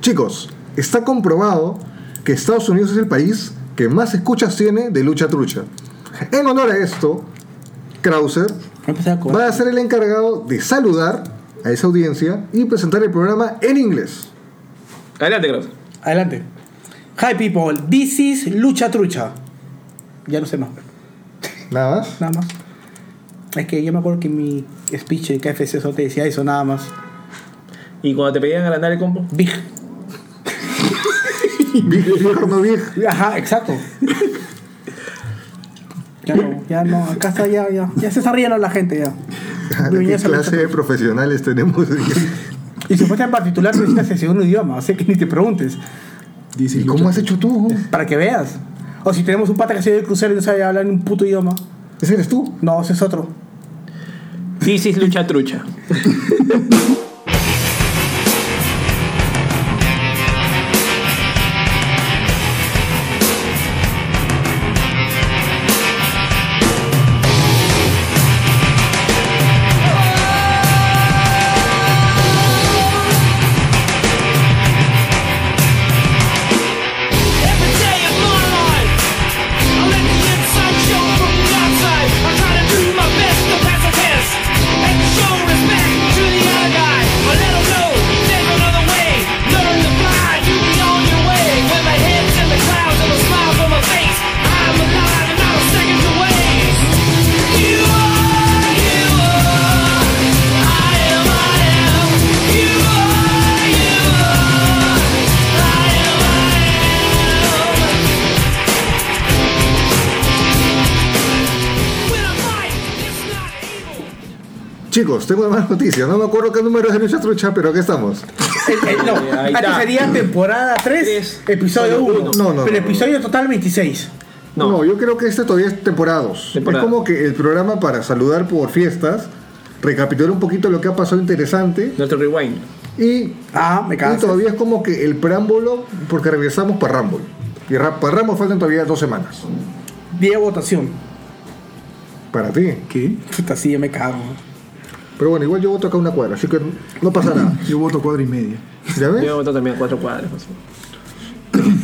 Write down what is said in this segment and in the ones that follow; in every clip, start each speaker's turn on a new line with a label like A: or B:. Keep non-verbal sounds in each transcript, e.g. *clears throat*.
A: Chicos, está comprobado que Estados Unidos es el país que más escuchas tiene de lucha trucha. En honor a esto, Krauser va a ser el encargado de saludar a esa audiencia y presentar el programa en inglés.
B: Adelante, Krauser.
C: Adelante. Hi people, this is Lucha Trucha. Ya no sé más,
A: Nada más.
C: nada más. Es que yo me acuerdo que mi speech de KFC solo te decía eso, nada más.
B: Y cuando te pedían agrandar el combo,
C: Big.
A: *laughs* Big, viejo, no big.
C: Ajá, exacto. Ya no, ya no, acá está ya, ya. Ya se está riendo la gente ya.
A: *laughs* ¿De qué
C: Niñas a lucha
A: clase de profesionales tenemos?
C: Y si fuiste en particular necesitas el segundo idioma, así que ni te preguntes.
D: Dice
A: ¿Y cómo has hecho tú?
C: Para que veas. O si tenemos un pata que ha sido de crucero y no sabe hablar ni un puto idioma.
A: ¿Ese eres tú?
C: No, ese es
B: *laughs*
C: otro.
B: this is lucha trucha.
E: Every day of my life, I let the inside show from the outside. I try to do my best to pass a test and show respect to the other guy. But let 'em know there's another way. Learn to fly, you be on your way. With my head's in the clouds and a smile on my face, I'm alive and not a second away. You are, you are, I am, I am. You are, you are, I am, I am. When I fight, it's not evil.
A: Chicos, tengo una mala noticia. No me acuerdo qué número es de lucha trucha, pero aquí estamos.
C: El- el- no,
B: Ahí
C: antes
B: está.
C: sería temporada 3,
B: Tres,
C: episodio
B: solo
C: 1.
A: uno. No, no,
C: Pero
A: no,
C: episodio total 26.
A: No.
B: No.
A: yo creo que este todavía es temporada 2. Es
B: Temporada.
A: como que el programa para saludar por fiestas, recapitular un poquito lo que ha pasado interesante
B: Nuestro rewind.
A: y,
C: Ah, me
A: y
C: cago.
A: todavía es como que el preámbulo porque regresamos para Rumble. Y ra- para Rumble faltan todavía dos semanas.
C: 10 votación.
A: Para ti.
D: ¿Qué?
C: Puta, sí, ya me cago.
A: Pero bueno, igual yo voto acá una cuadra, así que no pasa nada.
D: Yo voto cuadra y media.
A: ¿Ya
B: Yo
A: ves?
B: me he botado también a cuatro cuadras. más o menos.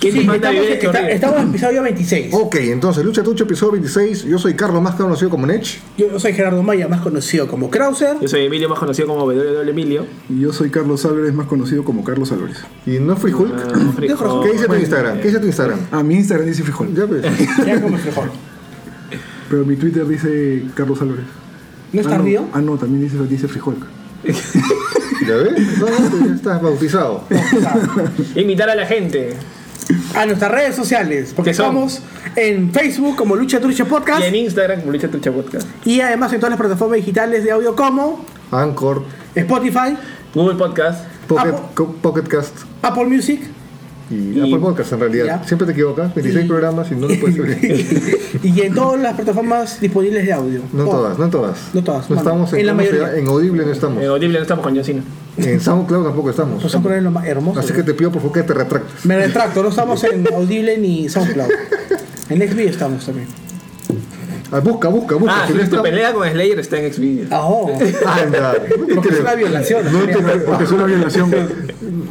B: ¿Quién
C: Sí,
B: te manda
C: estamos,
B: videos
C: está-
B: horribles?
C: estamos en episodio 26.
A: Ok, entonces, Lucha Trucha, episodio 26. Yo soy Carlos, más conocido como Nech.
C: Yo soy Gerardo Maya, más conocido como Krauser.
B: Yo soy Emilio, más conocido como WW Emilio.
D: Y yo soy Carlos Álvarez, más conocido como Carlos Álvarez.
A: Y no Free Hulk.
B: Ah,
C: Yo creo
B: frijol.
A: ¿Qué dice tu Instagram? ¿Qué dice tu Instagram?
D: Ah, mi Instagram dice frijol.
A: Ya ves.
C: Ya como frijol.
D: Pero mi Twitter dice Carlos Álvarez.
C: ¿No
D: ah,
C: estás río?
D: Ah, no, también dice, dice frijol.
A: ¿Ya ves? No, no, tú ya estás
B: *laughs*
A: bautizado.
B: E Invitar a la gente.
C: Ah. A nuestras redes sociales. Porque
B: ¿Qué son?
C: estamos en Facebook como Lucha Trucha Podcast.
B: Y en Instagram, como Lucha Trucha Podcast.
C: Y además en todas las plataformas digitales de audio como
A: Anchor,
C: Spotify,
B: Google Podcast.
A: Pocket,
C: Apple-
A: Co- Pocket Cast
C: Apple Music
A: y,
B: Y-
A: Apple Podcast en realidad.
C: Ya.
A: Siempre te equivocas, 26
C: Y-
A: programas y no
C: *laughs*
A: lo puedes
B: Pues,
A: abrir.
C: y en todas las plataformas disponibles de audio.
A: No
C: Oh,
A: todas, no todas.
C: No todas,
A: No
C: bueno,
A: estamos en,
C: en la
A: ¿cómo se
C: mayoría.
A: llama? En Audible no estamos.
B: En Audible no estamos con Yocino.
A: En SoundCloud tampoco
C: Los
A: estamos.
C: SoundCloud es lo más hermoso.
A: Así que te pido por favor que te retractes.
C: Me retracto, no estamos en Audible
A: *laughs*
C: ni SoundCloud. En XB estamos también.
A: Ah, Busca, busca, busca.
B: Ah,
A: Si no
B: tu
A: está-
B: pelea con Slayer está en Xvideos.
A: *laughs*
C: Ajo.
A: Anda, no
C: Porque es oh. una
A: creo.
C: violación.
A: No te creo.
D: Porque es una violación.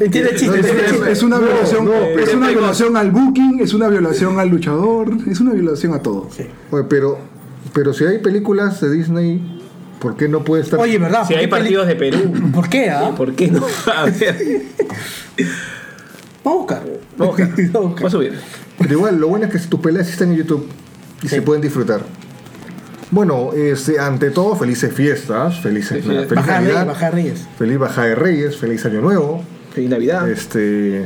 C: Tiene chiste,
D: Es,
C: tiene
D: es-
C: chiste.
D: es una
A: No,
D: violación,
A: no,
D: es
B: pero-
D: una violación al booking, es una violación al luchador, es una violación a todo.
A: Oye, pero, pero si hay películas de Disney, ¿por qué no puede estar?
C: Oye, ¿verdad?
B: Si
C: ¿Por
B: hay
C: qué peli-
B: partidos de Perú.
C: ¿Por qué, ah?
B: ¿Por qué no? A ver.
C: Vamos a buscar.
B: Vamos a buscar.
C: Vamos a
B: Vamos a
C: buscar.
B: subir.
A: Pero igual, lo bueno es que tus peleas sí están en YouTube y se pueden disfrutar. Bueno, este, ante todo, felices fiestas, felices,
B: Felices-
A: feliz
C: Baja Reyes,
A: Navidad,
C: Baja Reyes.
A: feliz Baja de Reyes, feliz Año Nuevo.
B: Feliz
C: Ah.
B: Navidad.
A: Este,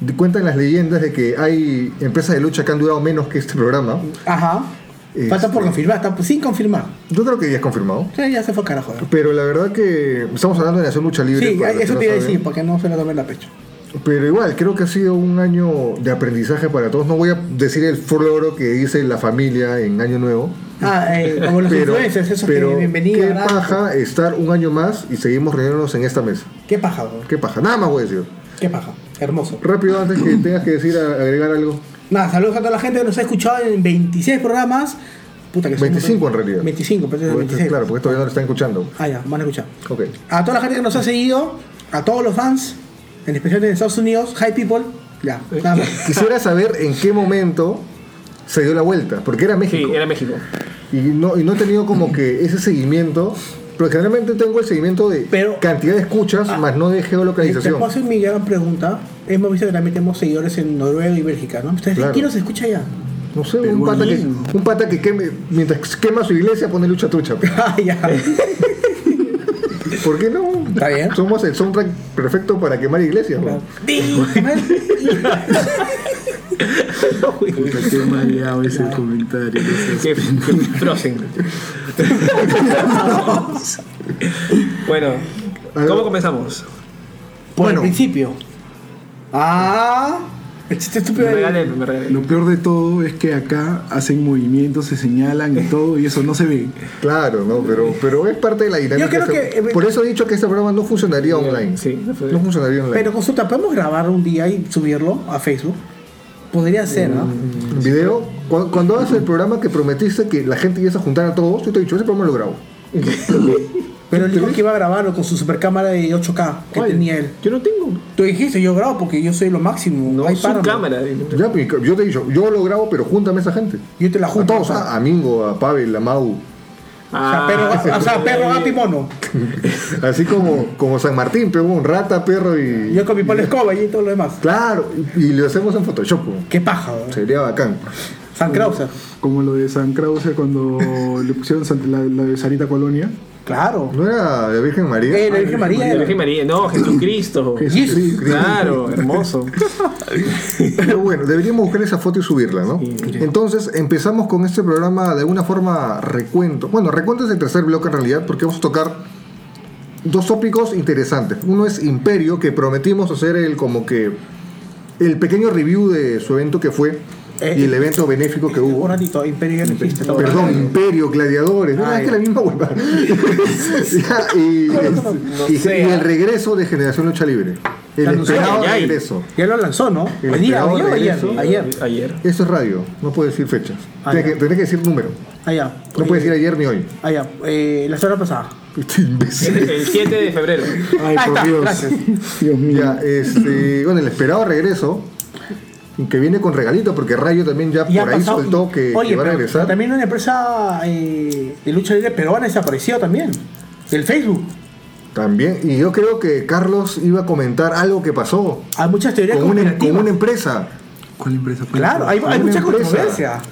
A: di- cuentan las leyendas de que hay empresas de lucha que han durado menos que este programa.
C: Ajá.
A: Este-
C: Falta por confirmar, está por- sin confirmar.
A: Yo creo que ya es confirmado.
C: O sea, ya se fue al carajo. ¿eh?
A: Pero la verdad que estamos hablando de Nación Lucha Libre.
C: Sí,
A: para los que
C: eso
A: no
C: te iba a
A: saben.
C: decir, para que no se lo tomen la pecho.
A: Pero igual, creo que ha sido un año de aprendizaje para todos. No voy a decir el floro que dice la familia en Año Nuevo. *laughs*
C: Ah, eh, como los
A: Pero,
C: influencers, esos
A: pero
C: que bienvenido.
A: qué
C: abrazo.
A: paja estar un año más y seguimos reuniéndonos en esta mesa.
C: Qué paja, bro.
A: Qué paja, nada más voy a decir.
C: Qué paja. Hermoso.
A: Rápido, antes que tengas que decir, a- agregar algo.
C: Nada, saludos a toda la gente que nos ha escuchado en 26 programas. Puta que son
A: 25 en
C: un montón.
A: realidad.
C: 25, pero es
A: Porque-
C: 26.
A: Claro, porque todavía no lo están escuchando.
C: Ah, ya, van a escuchar.
A: Ok.
C: A toda la gente que nos ha seguido, a todos los fans, En especial en Estados Unidos, High People, ya, nada más.
A: *laughs* Quisiera saber en qué momento se dio la vuelta, porque era
B: Sí,
A: México.
B: era México.
A: y, no, y no he tenido como que ese seguimiento, porque generalmente tengo el seguimiento de
C: Pero- Ah,
A: cantidad de escuchas, más no de
C: Te
A: geolocalización.
C: puedo hacer mi gran pregunta. Hemos visto que también tenemos seguidores en Noruega y Bélgica, ¿no? ¿Ustedes
A: Claro.
C: quién nos escucha ya? *laughs*
A: No sé,
D: Pero
A: un pata, que,
D: bueno.
A: un pata que queme, mientras quema su iglesia pone lucha trucha. pues.
C: ah,
A: *laughs*
C: ya.
A: ¿Por qué no?
C: Está bien.
A: Somos el soundtrack perfecto para quemar iglesias. weón.
D: Puta, qué maleado ese comentario.
B: Que, que Frozen. bueno, ¿cómo comenzamos?
C: Por
A: Bueno.
C: el principio. Ah, el chiste estúpido.
B: Me
C: de-
B: regalé, me regalé.
D: Lo peor de todo es que acá hacen movimientos, se señalan y todo, y eso no se ve.
A: Claro, no, pero, pero es parte de la dinámica.
C: Yo creo
A: de esta-
C: que- eh,
A: Por eso he dicho que este programa no funcionaría online.
B: Sí,
A: no,
B: no fue-
A: funcionaría online.
C: Pero consulta, ¿podemos grabar un día y subirlo a Facebook? Podría ser, ¿no?
B: Mm.
A: Video, cuando, cuando hagas el programa que prometiste que la gente ibas a juntar a todos, yo te he dicho, ese programa lo grabo.
C: Pero él dijo que iba a grabarlo con su supercámara de 8K que
B: Oye,
C: tenía él.
B: Yo no tengo.
C: Tú dijiste, yo grabo porque yo soy lo máximo.
B: No,
C: hay
B: su
C: páramo.
B: cámara.
A: Ya, pues, yo te he dicho, yo lo grabo, pero júntame a esa gente.
C: Yo te la
A: A
C: junto.
A: todos, a, a Mingo, a Pavel, a Mau.
B: Ah,
C: o sea, perro, o sea, ah, perro, gato y mono.
A: Así como, como San Martín, pero un rata, perro y.
C: Yo con mi palo escoba y todo lo demás.
A: Claro, y, y lo hacemos en Photoshop. weón.
C: Qué paja, weón.
A: Sería bacán.
C: San Krauser.
D: Como lo de San Krause cuando le pusieron Santa- la, la de Sarita Colonia.
C: Claro.
A: ¿No era la Virgen María?
C: Eh, la Virgen María.
B: La Virgen María. No, Jesucristo.
C: Jesús.
B: Claro, hermoso.
A: Pero bueno, deberíamos buscar esa foto y subirla, ¿no? Entonces empezamos con este programa de alguna forma recuento. Bueno, recuento es el tercer bloque en realidad porque vamos a tocar dos tópicos interesantes. Uno es Imperio, que prometimos hacer el como que el pequeño review de su evento que fue
C: Eh,
A: y el evento benéfico que
B: eh,
A: hubo.
C: Un ratito, Imperio ya lo dijiste. está bueno.
A: Perdón, Imperio, Gladiadores, ¿verdad?
C: Ah,
A: es que
C: ya.
A: la misma
B: *laughs*
A: hueva. Ya, y, y-
B: sé,
A: y
B: ¿ah?
A: el regreso de Generación Lucha Libre. El
C: Anunció,
A: esperado
B: ya hay.
A: regreso.
C: Ya lo lanzó, ¿no?
A: El
C: Ayer,
A: esperado
C: ayer,
A: regreso.
C: ayer, ayer.
B: Ayer.
A: Eso es radio, no puedo decir fechas.
C: Ah,
A: Tienes
C: ya.
A: que, tenés que decir número.
C: Allá.
A: No puedes decir ayer ni hoy.
C: Allá. Eh, la semana pasada.
A: Este imbécil.
B: El 7 de febrero. *laughs*
C: Ahí
D: Ay, por
C: está,
D: Dios.
C: gracias.
D: Dios mío.
A: Ya, este, bueno, el esperado regreso, que viene con regalito, porque Rayo también ya
C: Y ha
A: por ahí
C: pasado-
A: soltó que,
C: Oye,
A: que va a
C: pero-
A: regresar.
C: pero también una empresa eh, de lucha libre peruana desapareció también. Del Facebook.
A: También, y yo creo que Carlos iba a comentar algo que pasó
C: Hay muchas teorías
A: con una, con
C: conspirativas.
A: una empresa.
D: ¿Cuál empresa? ¿Cuál
C: Claro, hay,
A: con
C: hay
A: una
C: mucha
A: empresa.
C: controversia.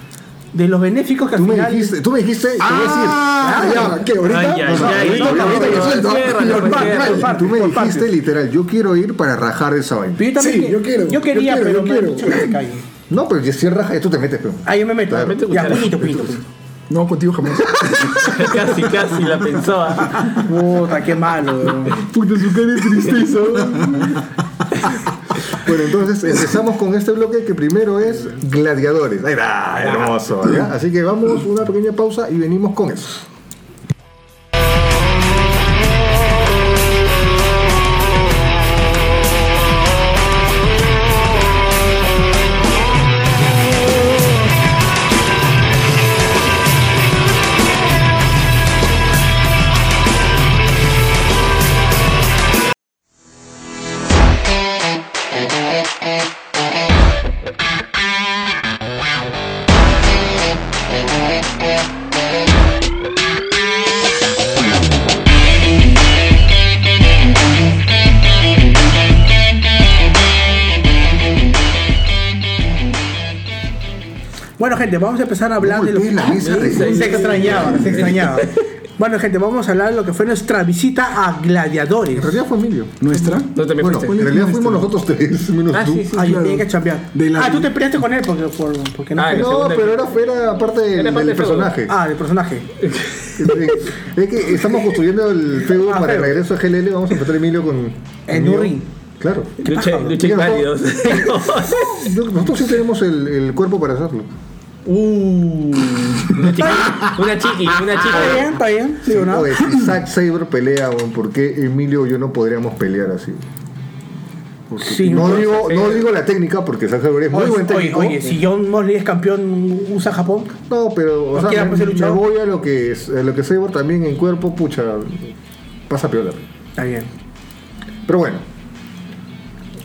C: De los benéficos que al
A: Tú me
C: final.
A: dijiste, tú me dijiste, te voy a decir.
C: Ah,
A: ya, ¿qué, ahorita?
B: Ay, ay,
A: O sea,
B: ay,
A: ahorita,
B: no,
A: ahorita
B: no,
A: que
B: no,
A: suelto,
B: cierra,
A: ¿no?
B: por parte, por
A: Tú me
C: por parte.
A: dijiste literal, yo quiero ir para rajar esa vaina.
C: Pero yo también
D: Sí,
C: que-
D: yo quiero, yo
C: quería,
D: quiero,
C: pero
D: yo
C: me han
D: quiero.
C: dicho que se calle.
A: No, pero si es raja, tú te metes, pero.
C: Ah, yo me meto.
A: Claro.
B: Mete
C: ya,
B: cuchara.
C: puñito, puñito. puñito.
D: No, contigo jamás.
B: casi, casi la pensaba.
C: Puta, qué malo, weón.
D: Puta, su cara de tristeza.
A: Bueno, entonces empezamos con este bloque que primero es gladiadores. Ahí va, hermoso. ¿ya? Así que vamos una pequeña pausa y venimos con eso.
C: Bueno, gente, vamos a empezar a hablar de lo
A: Golpeé
C: que
A: la mesa,
C: se,
A: regresa.
C: extrañaba, se
A: *laughs*
C: extrañaba. Bueno, gente, vamos a hablar de lo que fue nuestra visita a Gladiadores.
A: En realidad fue Emilio.
D: ¿Nuestra?
B: No te me
A: Bueno,
B: fuiste.
A: en realidad
D: nuestro?
A: fuimos nosotros tres, *laughs* menos
B: Ah,
A: tú.
B: sí, sí.
C: Ay,
D: claro.
C: tenía que chambear.
D: De la-
C: Ah, tú te peleaste con él porque, por- porque no.
B: Ah,
C: fue-
B: la
A: No,
B: segunda-
A: pero era, era parte del,
B: Era parte
A: del
B: del feudo.
A: personaje.
C: Ah, el personaje.
A: es que estamos construyendo el feudo
C: Ah,
A: para el
C: feo.
A: regreso a GLL. Vamos a empezar Emilio con.
C: En
A: conmigo.
C: un ring.
A: Claro.
B: Lucha, lucha
A: Mira,
B: inválidos.
A: Yo- nosotros sí tenemos el, el cuerpo para hacerlo.
B: uh, una chiqui, *laughs* una chiqui, una
C: Ah, Está
B: chiqui.
C: bien, está bien. Digo, ¿no?
A: Oye, si Zack Saber pelea, weón, ¿por qué Emilio y yo no podríamos pelear así?
C: Sí.
A: No
C: Oye,
A: digo, no digo la técnica porque Zack Sabre es muy buen
C: oye,
A: técnico.
C: oye, si John Mosley es campeón, usa Japón.
A: No, pero o
C: No
A: sea,
C: quiera,
A: me,
C: pues, el
A: me
C: luchador.
A: voy a lo que es, a lo que Saber también en cuerpo, pucha, pasa piola.
C: Está bien.
A: Pero bueno,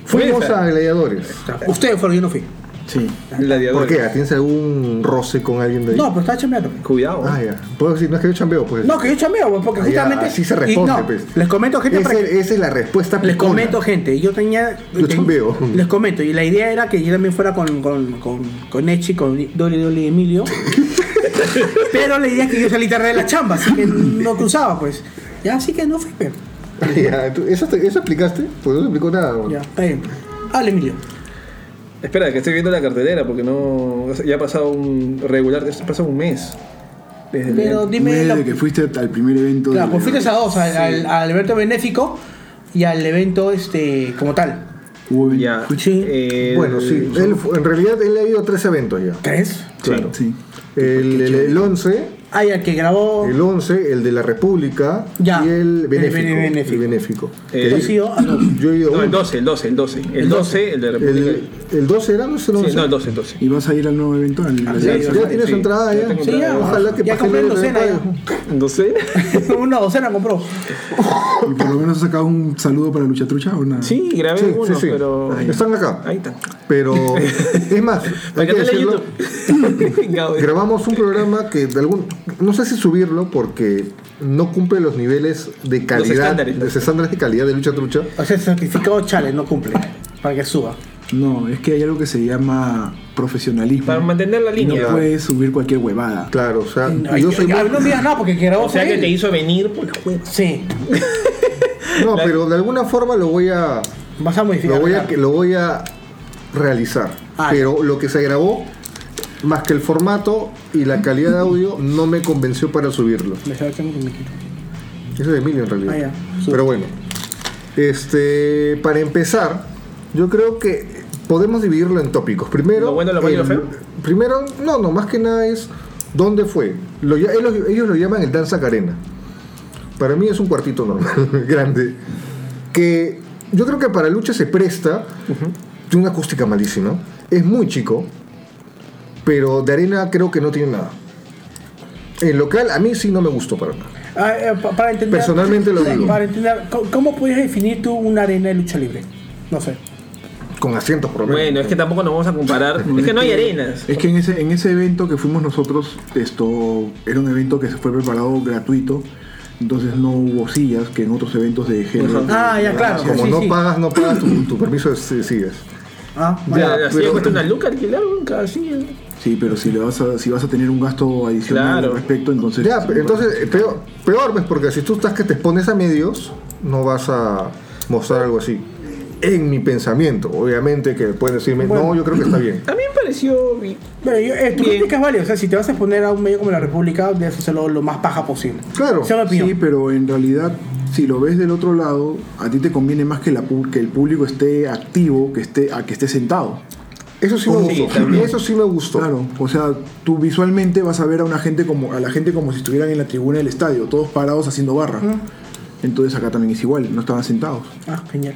A: Fuimos
B: Esa.
A: a gladiadores.
C: Ustedes fueron, yo no fui.
B: Sí.
A: ¿Por
B: Gladiador.
A: qué? ¿Tienes algún roce con alguien de ahí?
C: No, pero estaba chambeando.
B: Cuidado.
A: Ah, ya. Puedo decir, no es que yo chambeo, pues.
C: No, que yo chambeo, pues, porque
A: Ah, ya,
C: justamente.
A: así se
C: y
A: responde,
C: no,
A: pues.
C: Les comento, gente,
A: Ese-
C: para que-
A: Esa es la respuesta
C: Les
A: picona.
C: comento, gente, yo tenía.
A: Pues Yo chambeo.
C: Les comento, y la idea era que yo también fuera con, con, con, con Echi, con Dolly Dolly
A: *laughs*
C: y Emilio. pero la idea es que yo salí tarde de la chamba, así que no cruzaba, pues. Ya, así que no fui, pues. pero.
A: Ah, *laughs* ya. ¿Tú- ¿Eso, te- ¿Eso explicaste? Pues no te explicó nada. bueno.
C: Ya, está bien. Habla, Emilio.
B: Espera, que estoy viendo la cartelera porque no. Ya ha pasado un regular. Ha pasado un mes. Desde el-
C: Pero dime.
D: Desde
C: la-
D: que fuiste al primer evento.
C: Claro,
D: de-
C: pues fuiste a dos, al, al- al evento benéfico y al evento este como tal.
D: Hubo-
B: Ya.
C: Sí.
B: Eh,
A: Bueno, sí. Él fu- en realidad él ha ido a tres eventos ya.
C: ¿Tres?
B: Claro.
D: Sí.
A: El, el, el 11,
C: Ah, ya, que grabó.
A: el 11, el de la República
C: Ya.
A: y el
C: El
A: benéfico.
C: bene- benéfico.
A: el benéfico.
B: Eh,
C: Yo he sido a dos.
A: Yo he ido a
B: No, el
A: uno.
B: 12, el 12, el 12. El 12, el de República.
A: El, el 12 era, no sé, el
B: Sí,
A: 11.
B: no, el 12, el 12.
D: ¿Y vas a ir al nuevo evento? Al- al-
B: sí,
A: Ya, ya
B: sí,
A: tienes
B: sí.
A: entrada
B: Ya
A: ya.
B: tengo
C: Sí, ya,
B: entrada.
A: Ojalá que
C: ya
A: pase
C: compré
A: el
C: docena
A: evento.
B: ¿12?
C: *laughs* Una docena compró.
D: ¿Y por lo menos has sacado un saludo para Lucha Trucha o nada?
B: Sí, grabé
A: Sí,
B: algunos,
A: sí, sí.
B: pero.
A: Están acá.
B: Ahí está. *laughs*
A: Pero es más, hay que
B: Acá está en
A: decirlo,
B: YouTube.
A: *laughs*
B: Vengado, eh.
A: grabamos un programa que de algún no sé si subirlo porque no cumple los niveles de calidad,
B: estándares,
A: los
B: los-
A: estándares de calidad de lucha trucha.
C: O sea, certificado challenge no cumple. Para que suba.
D: No, es que hay algo que se llama profesionalismo.
B: Para mantener la
D: Y no
B: línea.
D: puedes subir cualquier huevada.
A: Claro, o sea,
C: Ay,
A: yo soy
C: ay,
A: muy-
C: no me digas nada porque que grabó
B: o sea
C: fue
B: que
C: él.
B: te hizo venir pues. por la hueva.
C: Sí,
A: no, pero de alguna forma lo voy a
C: vas a modificar.
A: lo voy a
C: claro.
A: lo voy a realizar.
C: Ah.
A: Pero lo que se grabó más que el formato y la calidad de audio no me convenció para subirlo.
C: Me estaba echando con mi equipo.
A: Eso es de Emilio en realidad.
C: Ah, ya. Sí.
A: Pero bueno. Este, para empezar, yo creo que podemos dividirlo en tópicos. Primero,
B: Lo bueno, lo malo y lo
A: el-
B: feo.
A: Primero, no, no, más que nada es dónde fue. Lo ll- ellos, ellos lo llaman el Danza Carena. Para mí es un cuartito normal, *laughs* grande. Que yo creo que para lucha se presta. Tiene una acústica malísima. Es muy chico. Pero de arena creo que no tiene nada. El local a mí sí no me gustó para nada.
C: Ah, eh, pa- para entender.
A: Personalmente lo digo.
C: Para entender, co- ¿cómo puedes definir tú una arena de lucha libre? No sé.
A: Con asientos por lo menos.
B: Bueno, es que tampoco nos vamos a comparar. es que no hay arenas.
D: Es que en ese, en ese evento que fuimos nosotros, esto era un evento que se fue preparado gratuito, entonces no hubo sillas que en otros eventos de género.
C: Ah, ya, claro.
A: Como
C: sí,
A: no
C: sí.
A: pagas, no pagas tu, tu permiso de si- sigues.
C: Ah,
B: O sea,
A: Ya,
B: así
A: pero-
B: cuesta una luca alquilar cada silla.
D: Sí, pero si le vas a, si vas a tener un gasto adicional
B: Claro.
D: al respecto, entonces.
A: Ya, pero entonces, eh, peor, peor, pues, porque si tú estás que te expones a medios, no vas a mostrar algo así. En mi pensamiento, obviamente que pueden decirme, no, yo creo que está bien.
B: A mí me pareció. bi-
C: Pero yo, eh, tu
B: Bien.
C: crítica es válida. O sea, si te vas a exponer a un medio como la República, debes hacerlo lo más paja posible.
A: Claro.
C: Esa es mi opinión.
D: Sí, pero en realidad, si lo ves del otro lado, a ti te conviene más que, la, pu- que el público esté activo que esté, a que esté sentado.
A: Eso sí me
B: Sí,
A: gustó.
B: también.
A: Eso sí me gustó.
D: Claro, o sea, tú visualmente vas a ver a una gente como a la gente como si estuvieran en la tribuna del estadio, todos parados haciendo barra. Entonces acá también es igual, no estaban sentados.
C: Ah, genial.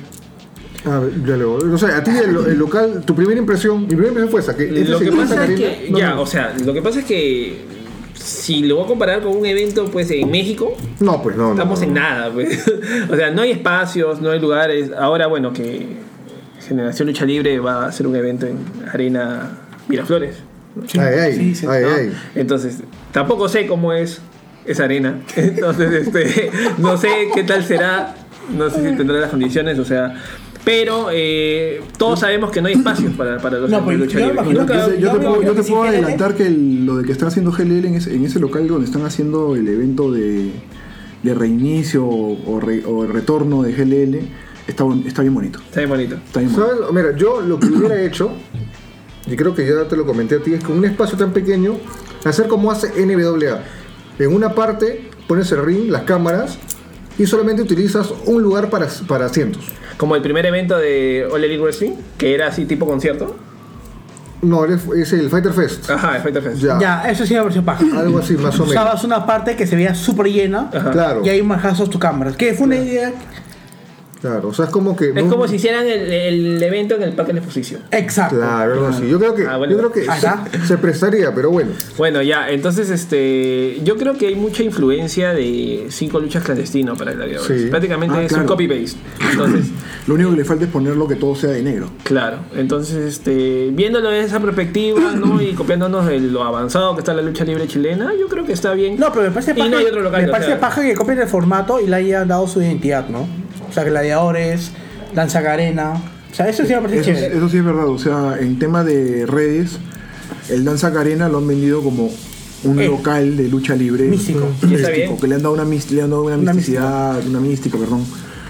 A: A ver, ya luego. No sé, a ti el, el local, tu primera impresión, mi primera impresión fue esa, que este
B: Lo que
A: señor
B: pasa es
A: Sacarina-
B: que.
A: no,
B: ya,
A: no.
B: o sea, lo que pasa es que. Si lo voy a comparar con un evento, pues en México,
A: No, pues no. no,
B: estamos
A: no.
B: en nada. pues. *laughs* O sea, no hay espacios, no hay lugares. Ahora, bueno, que Generación Lucha Libre va a hacer un evento en Arena Miraflores.
A: Ay, ay,
C: Sí, sí.
A: ay,
B: ¿no?
A: ay.
B: Entonces, tampoco sé cómo es esa arena. *laughs* Entonces, este, no sé qué tal será, no sé si tendrá las condiciones, o sea. Pero eh, todos sabemos que no hay espacios para, para los
C: No, pues,
B: eventos de
C: yo me imagino
B: Nunca-
D: Entonces, yo,
C: yo
D: te
C: me
D: puedo,
C: imagino
D: yo te
C: que si
D: puedo
C: GLL
D: adelantar que el- lo de que están haciendo GLL en ese, en ese local donde están haciendo el evento de, de reinicio o, o re- o el retorno de GLL está, bon- está bien bonito.
B: Está bien bonito.
D: Está bien bonito.
A: ¿Sabes? Mira, yo lo que hubiera hecho, y creo que ya te lo comenté a ti, es que un espacio tan pequeño, hacer como hace NWA. En una parte pones el ring, las cámaras, y solamente utilizas un lugar para, para asientos.
B: Como el primer evento de All Elite Wrestling, que era así tipo concierto.
A: No, es es el Fighter Fest.
B: Ajá, Fighter Fest.
A: Ya.
C: Ya, eso sí me pareció paja.
A: Algo así, más o
B: *laughs*
A: menos.
C: Usabas una parte que se veía súper llena
B: Ajá.
A: Claro.
C: y ahí manjazos tu cámara. Que fue una idea
A: Claro, o sea, es como que.
B: Es
A: no-
B: como si hicieran el, el evento en el parque de la exposición.
C: Exacto.
A: Claro, algo así. Yo creo que,
B: Ah, bueno.
A: yo creo que
C: Ahí está.
A: se, se prestaría, pero bueno.
B: Bueno, ya, entonces este yo creo que hay mucha influencia de cinco luchas clandestinas para gladiadores.
A: Sí.
B: Prácticamente
D: Ah,
B: es un
D: claro.
B: copy-paste.
C: *clears throat*
B: Entonces,
D: Lo único que le falta es ponerlo que todo sea de negro.
B: claro. Entonces, este, viéndolo desde esa perspectiva, ¿no? Y copiándonos de lo avanzado que está la lucha libre chilena, yo creo que está bien.
C: No, pero me parece
B: Y
C: paja,
B: no hay otro local,
C: me
B: o
C: parece
B: sea.
C: paja que copien el formato y le hayan dado su identidad, ¿no? O sea, gladiadores, lanzacarena. O sea, eso sí me parece
D: Eso,
C: chévere.
D: eso sí es verdad. O sea, en tema de redes, el Danza Carena lo han vendido como un
C: Eh.
D: local de lucha libre.
C: Místico.
B: Y está bien.
D: Místico, que le han dado una, mis- le han dado una
C: Una
D: misticidad, una mística, perdón.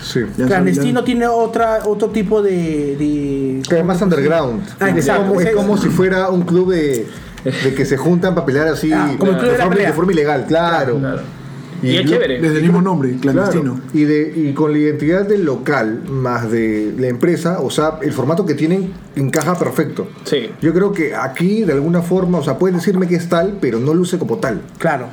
A: Sí.
D: Le han-
C: Clandestino
D: le
C: tiene otra, otro tipo de. de-
A: Que además underground.
C: Ah,
A: es,
C: exacto.
A: como, es como si fuera un club de, de que se juntan para pelear así.
C: Ah, como el club de
A: de,
C: la
A: forma,
C: pelea.
A: de forma ilegal, claro.
B: Claro. Y, es
A: lo-
D: han-
B: chévere.
D: Desde el mismo nombre, clandestino.
A: Claro, y, de, y con la identidad del local más de la empresa, o sea, el formato que tienen encaja perfecto.
B: Sí.
A: Yo creo que aquí, de alguna forma, o sea, puedes decirme que es tal, pero no luce como tal.
C: Claro.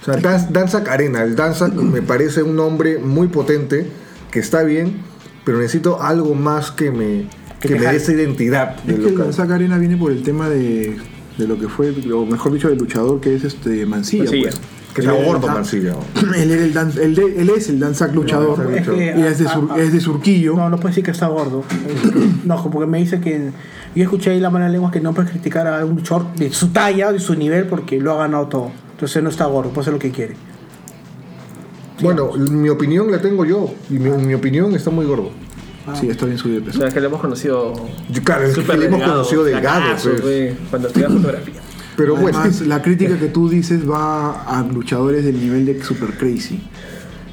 A: O sea, Dan- Danza Arena, el Danza me parece un nombre muy potente, que está bien, pero necesito algo más que me, que
C: Que te
A: me dé
C: jale.
A: esa identidad
D: Es
A: del
D: que el
A: local.
D: Danza Carena viene por el tema de, de lo que fue, o mejor dicho, del luchador que es este Mancilla.
B: Mancilla.
D: pues.
A: Que está
D: Él era el
A: gordo,
D: dan-
A: Mancilla.
D: *clears throat* Él, era el dan- él de- él es el Danza luchador.
A: Es
D: *clears throat* y
A: que,
D: es de,
C: ah,
D: Sur-
C: ah,
D: es de Surquillo.
C: No, no puede decir que está gordo. No, porque me dice que. Yo escuché ahí la mala lengua que no puedes criticar a un short de su talla, de su nivel, porque lo ha ganado todo. Entonces no está gordo, puede hacer lo que quiere.
A: Bueno, mi opinión la tengo yo, y mi, mi opinión está muy gordo.
D: Sí, está bien subido de
B: O
D: peso.
B: sea, es que lo hemos conocido.
A: Yo, Claro, es que
B: súper
A: le hemos
B: delgado,
A: conocido delgado,
B: flacazo,
A: pues.
B: pues, cuando estudia fotografía.
A: Pero bueno,
D: Además, la crítica que tú dices va a luchadores del nivel de Super Crazy.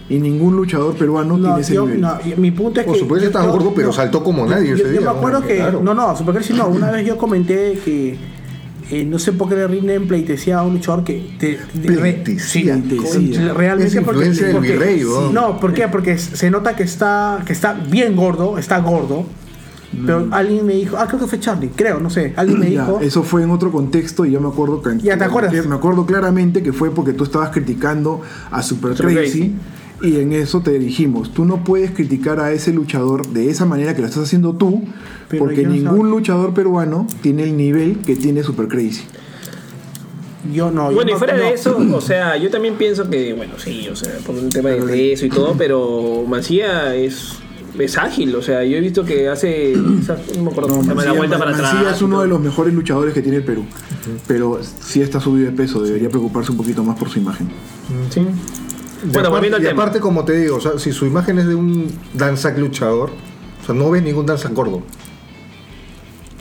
D: Y ningún luchador peruano
C: No,
D: tiene ese
C: yo-
D: nivel.
C: no, yo- mi punto es
A: Por
C: que.
A: supuesto
C: yo-
A: estás
C: yo-
A: gordo, pero
C: no,
A: saltó como nadie
C: Yo,
A: ese
C: yo
A: día,
C: me
A: ¿no?
C: acuerdo que.
A: Claro.
C: No, no, Supercrazy no. Una vez yo comenté que. eh, no sé por qué le rinden pleitesía a un luchador que. Te, te-
A: Pleitesía.
C: sí,
D: Pleitesía.
C: realmente
A: Es
C: porque.
A: influencia del
C: porque-
A: virrey,
C: sí.
A: weón.
C: No, ¿por qué? Porque se nota que está, que está bien gordo, está gordo. Pero
A: Mm.
C: alguien me dijo. Ah, creo que fue Charlie, creo, no sé. Alguien me
D: Ya,
C: dijo.
D: eso fue en otro contexto y yo me acuerdo que
C: Ya, ¿te acuerdas?
D: me acuerdo claramente que fue porque tú estabas criticando a Super
B: Super
D: Crazy y en eso te dijimos, tú no puedes criticar a ese luchador de esa manera que lo estás haciendo tú
C: Pero
D: porque
C: yo no
D: ningún
C: sab-
D: luchador peruano tiene el nivel que tiene Super Crazy.
C: yo no. yo
B: Bueno, y
C: no-
B: fuera
C: no.
B: de eso,
C: *laughs*
B: o sea, yo también pienso que, bueno, sí, o sea, por un tema de peso y todo, pero Mancía es, es ágil, o sea, yo he visto que hace, esa- no me acuerdo cómo se llama, la
D: Mancilla-
B: vuelta para
D: Mancilla
B: atrás.
D: es uno de los mejores luchadores que tiene el Perú, pero sí está subido de peso, debería preocuparse un poquito más por su imagen.
B: Sí.
A: y aparte,
B: Bueno, volviendo al
A: y
B: tema.
A: aparte, como te digo, o sea, si su imagen es de un danzac luchador, o sea, no ves ningún danzac gordo.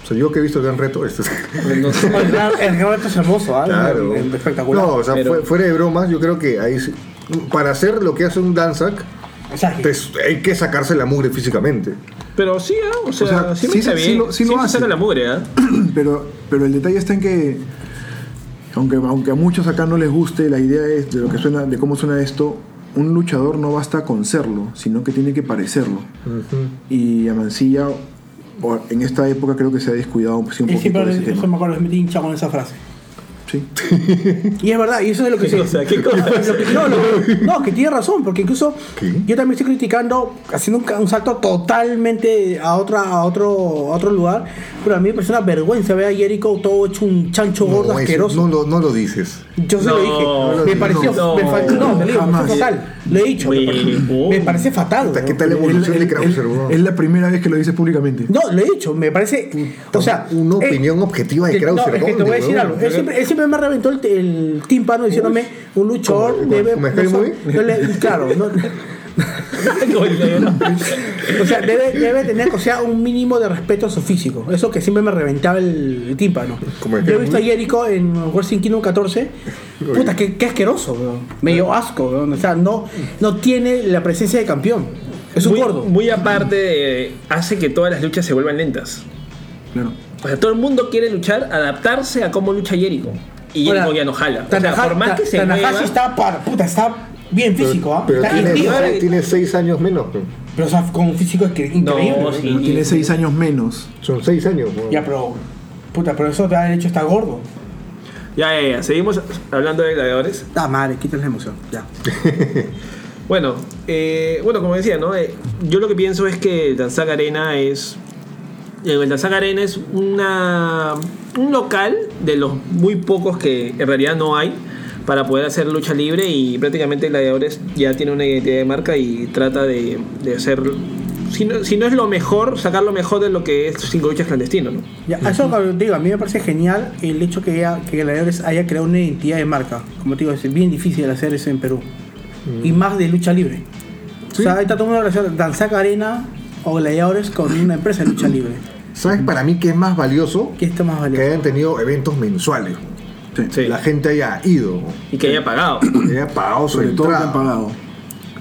A: O sea, yo que he visto el gran reto, este *laughs* es-
B: No sé.
C: El gran- el gran reto es hermoso, ¿ah?
A: Claro.
C: Espectacular.
A: No, o sea,
B: Pero-
A: fue- fuera de bromas, yo creo que ahí sí- para hacer lo que hace un danzac,
C: O sea, que-
A: te- hay que sacarse la mugre físicamente.
B: Pero sí, ¿ah? o sea,
D: sea,
B: sí me
D: sí
B: está
D: se- sí
B: bien,
D: lo- sí lo
B: me
D: hace.
B: saca la mugre, ¿ah?
D: *clears throat* pero, pero el detalle está en que aunque, aunque a muchos acá no les guste la idea es de lo que suena, de cómo suena esto, un luchador no basta con serlo, sino que tiene que parecerlo. Y a Mancilla o- en esta época creo que se ha descuidado pues, sí, un
C: Y
D: poquito de
C: siempre yo
D: ese
C: me
D: tema.
C: acuerdo, me hincha con esa frase.
D: Sí.
C: Y es verdad, y eso es lo que
B: O sea, ¿qué cosa?
C: Lo que- no, lo que- no, que tiene razón, porque incluso yo también estoy criticando, haciendo un, ca- un salto totalmente a, otra, a, otro, a otro lugar, pero a mí me parece una vergüenza ver a Jericho todo hecho un chancho gordo
A: No, eso-
C: asqueroso.
A: no, lo- no lo dices.
C: Yo se
B: No,
C: lo
B: no
A: lo
C: dije, me
A: digas,
C: pareció,
B: no.
C: me fa- no, te digo, me
D: Jamás.
C: pareció fatal, lo he dicho, me parece,
B: Huevón.
C: me parece fatal.
A: Puta, ¿Qué
C: weón.
A: tal la evolución
D: Él-
A: de
D: él-
A: Krauser,
D: él-
A: weón?
D: es la primera vez que lo dices públicamente.
C: No, lo he dicho, me parece. O sea.
A: Una
C: eh,
A: opinión objetiva de
C: que-
A: Krauser,
C: No, es que te
A: ¿dónde,
C: voy a decir
A: huevón?
C: algo. Él siempre, él siempre me reventó el, el tímpano diciéndome: un luchador
A: ¿Cómo-
C: debe.
A: cómo es que
C: no
A: muy?
C: so- no le- claro, no-
B: ¿eh?
C: o sea, debe, debe tener, o sea, un mínimo de respeto a su físico. Eso que siempre me reventaba el, el tímpano.
A: ¿Cómo es que
C: Yo he
A: muy?
C: visto a Jericho en Wrestling Kingdom 14. Puta, qué, qué asqueroso, weón. Medio asco, weón. O sea, no, no tiene la presencia de campeón. Es un
B: muy,
C: gordo.
B: muy aparte, de- hace que todas las luchas se vuelvan lentas.
D: Claro.
B: O sea, todo el mundo quiere luchar, adaptarse a cómo lucha Jericho. Y
C: Ahora,
B: Jericho ya no jala. O sea,
C: Tanaha-
B: por más que se
C: Ta- Tanahashi
B: mueva,
C: está para, puta, está bien físico, ¿ah?
A: Pero
C: Está
A: tiene,
C: activo,
B: tío, eh.
A: tiene seis años menos. pues.
C: pero o sea, con un físico es que increíble.
B: No, sí.
D: Pero tiene seis años menos.
A: Son seis años. weón.
C: Ya, pero puta, pero eso te ha hecho estar gordo.
B: Ya, ya, ya. Seguimos hablando de gladiadores.
C: Ah, madre, quítale la emoción, ya.
B: Bueno, eh, bueno, como decía, ¿no? Eh, yo lo que pienso es que el Danzac Arena es. eh, El Danzac Arena es una, un local de los muy pocos que en realidad no hay para poder hacer lucha libre y prácticamente el Gladiadores ya tiene una identidad de marca y trata de, de hacer. Si no, si no es lo mejor, sacar lo mejor de lo que es cinco luchas clandestino, ¿no?
C: Ya, eso que digo, a mí me parece genial el hecho que, ella, que Gladiadores haya creado una identidad de marca. Como te digo, es bien difícil hacer eso en Perú.
B: Mm.
C: Y más de lucha libre. O sea, ahí está todo el mundo relacionado Danzac Arena o Gladiadores con una empresa de lucha libre.
A: ¿Sabes para mí que es más valioso?
C: ¿Qué está más
A: Que
C: valioso?
A: hayan tenido eventos mensuales.
B: Sí.
A: La gente haya ido,
B: Y que haya pagado.
A: que haya pagado su
D: Sobre todo que han
A: entrada.
D: pagado.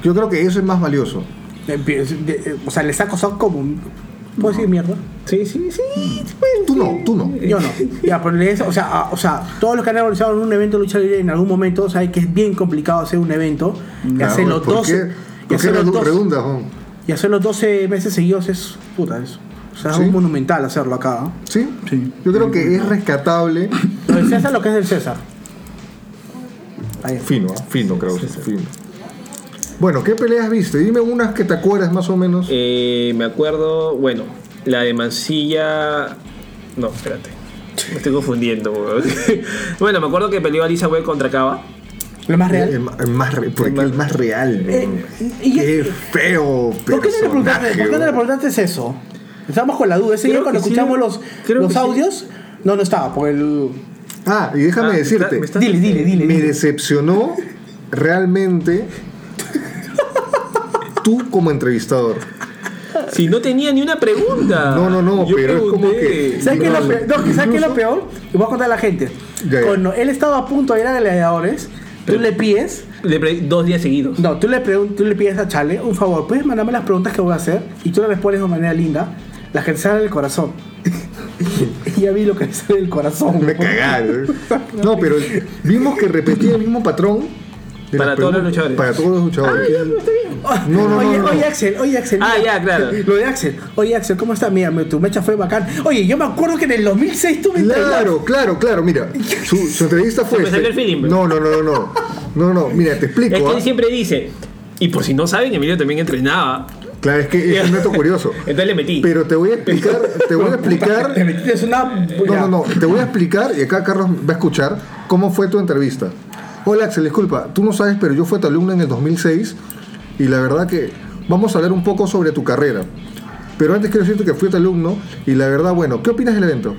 A: Yo creo que eso es más valioso.
C: De- de- de- o sea, les ha costado como. ¿Puedo decir mierda?
B: Sí, sí, sí.
A: Tú no, tú no.
C: Yo no. Ya, pero les- o, sea, a- o sea, todos los que han organizado un evento de lucha libre en algún momento saben que es bien complicado hacer un evento y
A: Claro,
C: hacerlo
A: ¿por
C: 12.
A: qué?
C: Y
A: ¿Por qué
C: hacerlo,
A: redu-
C: 12
A: redunda, Juan?
C: y hacerlo 12 meses seguidos es. Puta, es. O sea, es
A: Sí.
C: un monumental hacerlo acá. ¿no?
A: ¿Sí?
D: Sí.
A: Yo creo que es rescatable.
C: Lo del César, lo que es del César. Ahí.
A: Fino, ¿ah? fino, creo. Fino. Bueno, ¿qué peleas viste? Dime unas que te acuerdas más o menos.
B: Eh, me acuerdo, bueno, la de Mancilla. No, espérate. Me estoy confundiendo. weón. *laughs* bueno, me acuerdo que peleó Alisa Webb contra Cava.
C: Lo más real.
A: El, ma- el más, re- porque el más real.
C: Eh,
A: ¿no?
C: y-
A: Qué feo.
C: ¿Por qué no le preguntaste,
A: personaje,
C: ¿por qué no le
A: bro.
C: preguntaste eso? Estábamos con la duda. Ese
B: Creo
C: día cuando
B: que sí,
C: escuchamos los,
B: creo
C: los
B: que sí.
C: audios, no, no estaba, porque el.
A: Ah, y
B: Ah,
A: déjame
B: me está-
A: decirte,
B: me está-
C: Dile, dile, dile.
A: me
C: dile.
A: decepcionó realmente tú como entrevistador.
B: Si no tenía ni una pregunta.
A: No, no, no,
B: Yo
A: pero es como
B: pregunté.
A: que-
C: ¿Sabes qué es lo
A: Incluso-
C: peor? No, que ¿sabes qué es lo peor? Te voy a contar a la gente.
A: Ya, ya.
C: Cuando él estaba a punto de ir a gladiadores, tú le pides.
B: Le pre- dos días seguidos.
C: No, tú le, pregun- tú le pides a Chale, un favor, puedes mandarme las preguntas que voy a hacer y tú le respondes de manera linda. La gente sale del corazón. *laughs* y ya vi lo que le sale del corazón.
A: Me
C: *laughs*
A: cagaron. No, pero vimos que repetía el mismo patrón. de
B: Para
A: las
B: todos los
A: preguntas-
B: luchadores.
A: Para todos los
C: Ah,
A: luchadores. No, no,
C: oye,
A: no, no.
C: oye, Axel, oye, Axel.
B: Ah,
C: mira,
B: ya, claro.
C: *laughs* Lo de Axel. Oye, Axel, ¿cómo está? Mira, me- tu mecha fue bacán. Oye, yo me acuerdo que en el 2006 tú me
A: Claro, claro, claro, mira. Su, su entrevista fue.
B: Se me salió
A: este-
B: el feeling,
A: No, no, no, no, no. No, no, mira, te explico.
B: Es que
A: ¿ah?
B: él siempre dice. Y por si no saben, Emilio también entrenaba.
A: Claro, es que es un dato curioso.
B: *laughs* Entonces le metí.
A: Pero te voy a explicar, *laughs* te voy a explicar.
C: Te metiste es una.
A: No, no, no, te voy a explicar y acá Carlos va a escuchar cómo fue tu entrevista. Hola Axel, disculpa, tú no sabes, pero yo fui tu alumna en el 2006 y la verdad que vamos a hablar un poco sobre tu carrera. Pero antes quiero decirte que fui tu alumno y la verdad, bueno, ¿qué opinas del evento?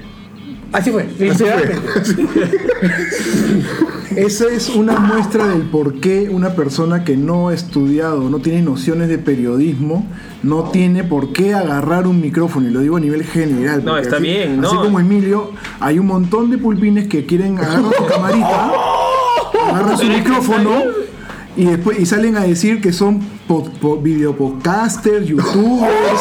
C: Así fue.
A: Así fue.
C: literalmente.
D: Esa es una muestra del por qué una persona que no ha estudiado, no tiene nociones de periodismo, no tiene por qué agarrar un micrófono, y lo digo a nivel general.
B: No,
D: porque
B: está
D: así-
B: bien,
D: Así
B: no.
D: como Emilio, hay un montón de pulpines que quieren agarrar su camarita, agarran su micrófono. Y después y salen a decir que son pod- pod- videopodcasters, youtubers,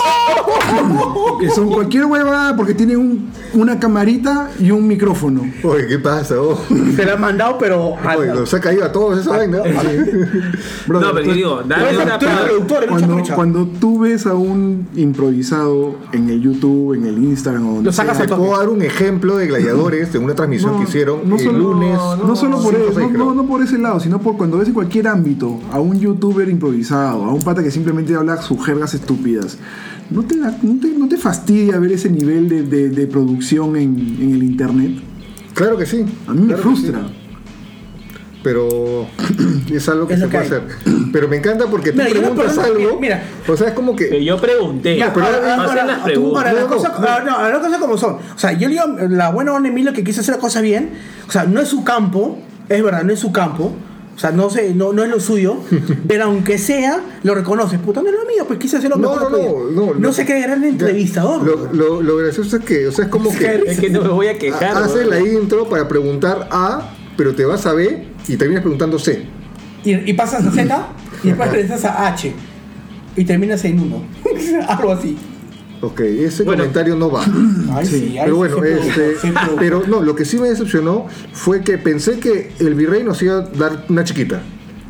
D: que son cualquier huevada porque tienen un- una camarita y un micrófono.
A: Oye, ¿qué pasa? Oh?
C: Te la han mandado, pero. a-
A: Oye, nos ha caído a todos esa vaina. *laughs*
B: no, pero yo digo,
C: Tú
B: dale
C: eres
B: una
C: tú eres
B: pa-
C: productor, eres
D: Cuando,
C: mucha
D: cuando tú ves a un improvisado en el YouTube, en el Instagram o donde
C: Lo sacas
D: sea,
A: Te puedo dar un ejemplo de gladiadores de una transmisión que hicieron el
D: solo,
A: lunes.
D: no, solo por
A: 5,
D: eso,
A: 6,
D: no,
A: creo.
D: no- no por ese lado, sino por cuando ves en cualquier ámbito a un youtuber improvisado, a un pata que simplemente habla sus jergas estúpidas. ¿No te, da- no te, no te fastidia ver ese nivel de, de- de producción en, en el internet?
A: Claro que sí.
D: A mí
A: claro
D: me
A: que sí.
D: frustra.
A: pero *clears throat* es algo que
C: Es
A: se
C: lo que
A: puede
C: hay.
A: hacer. *clears throat* Pero me encanta porque tú
C: Mira, yo no
A: preguntas
C: perdono,
A: algo.
C: mira,
A: o sea, es como
B: que
A: que.
B: Yo pregunté.
A: Ya, pero
B: Hacen
A: ahora-
C: Ahora,
B: las
C: tú, para las
B: preguntas.
A: No, no,
C: cosas,
A: no.
C: ah, no, las cosas como son. O sea, yo le digo, la buena onda de Emilio que quiso hacer las cosas bien. O sea, no es su campo, es verdad, no es su campo. O sea, no, sé, no, no es lo
B: *laughs*
C: suyo, pero aunque sea, lo reconoce. Puta, no es lo mío, pues quise hacer lo
A: No,
C: mejor.
A: no,
C: que
A: no,
C: podía.
A: no, no.
C: sé qué gran entrevistador.
A: Lo, lo, lo gracioso es que, o sea, es como que.
B: Es que no me voy a quejar.
A: Haces
B: weón.
A: la intro para preguntar A, pero te vas a B y terminas preguntando C.
C: Y, y pasas a Z y después regresas a H. Y terminas en 1. *laughs* Algo así.
A: Ok, ese
B: Bueno.
A: comentario no va.
C: Ay, sí, ay,
A: Pero
C: sí,
A: bueno,
C: siempre-
A: este,
C: siempre-
A: pero no, lo que sí me decepcionó fue que pensé que el virrey nos iba a dar una chiquita.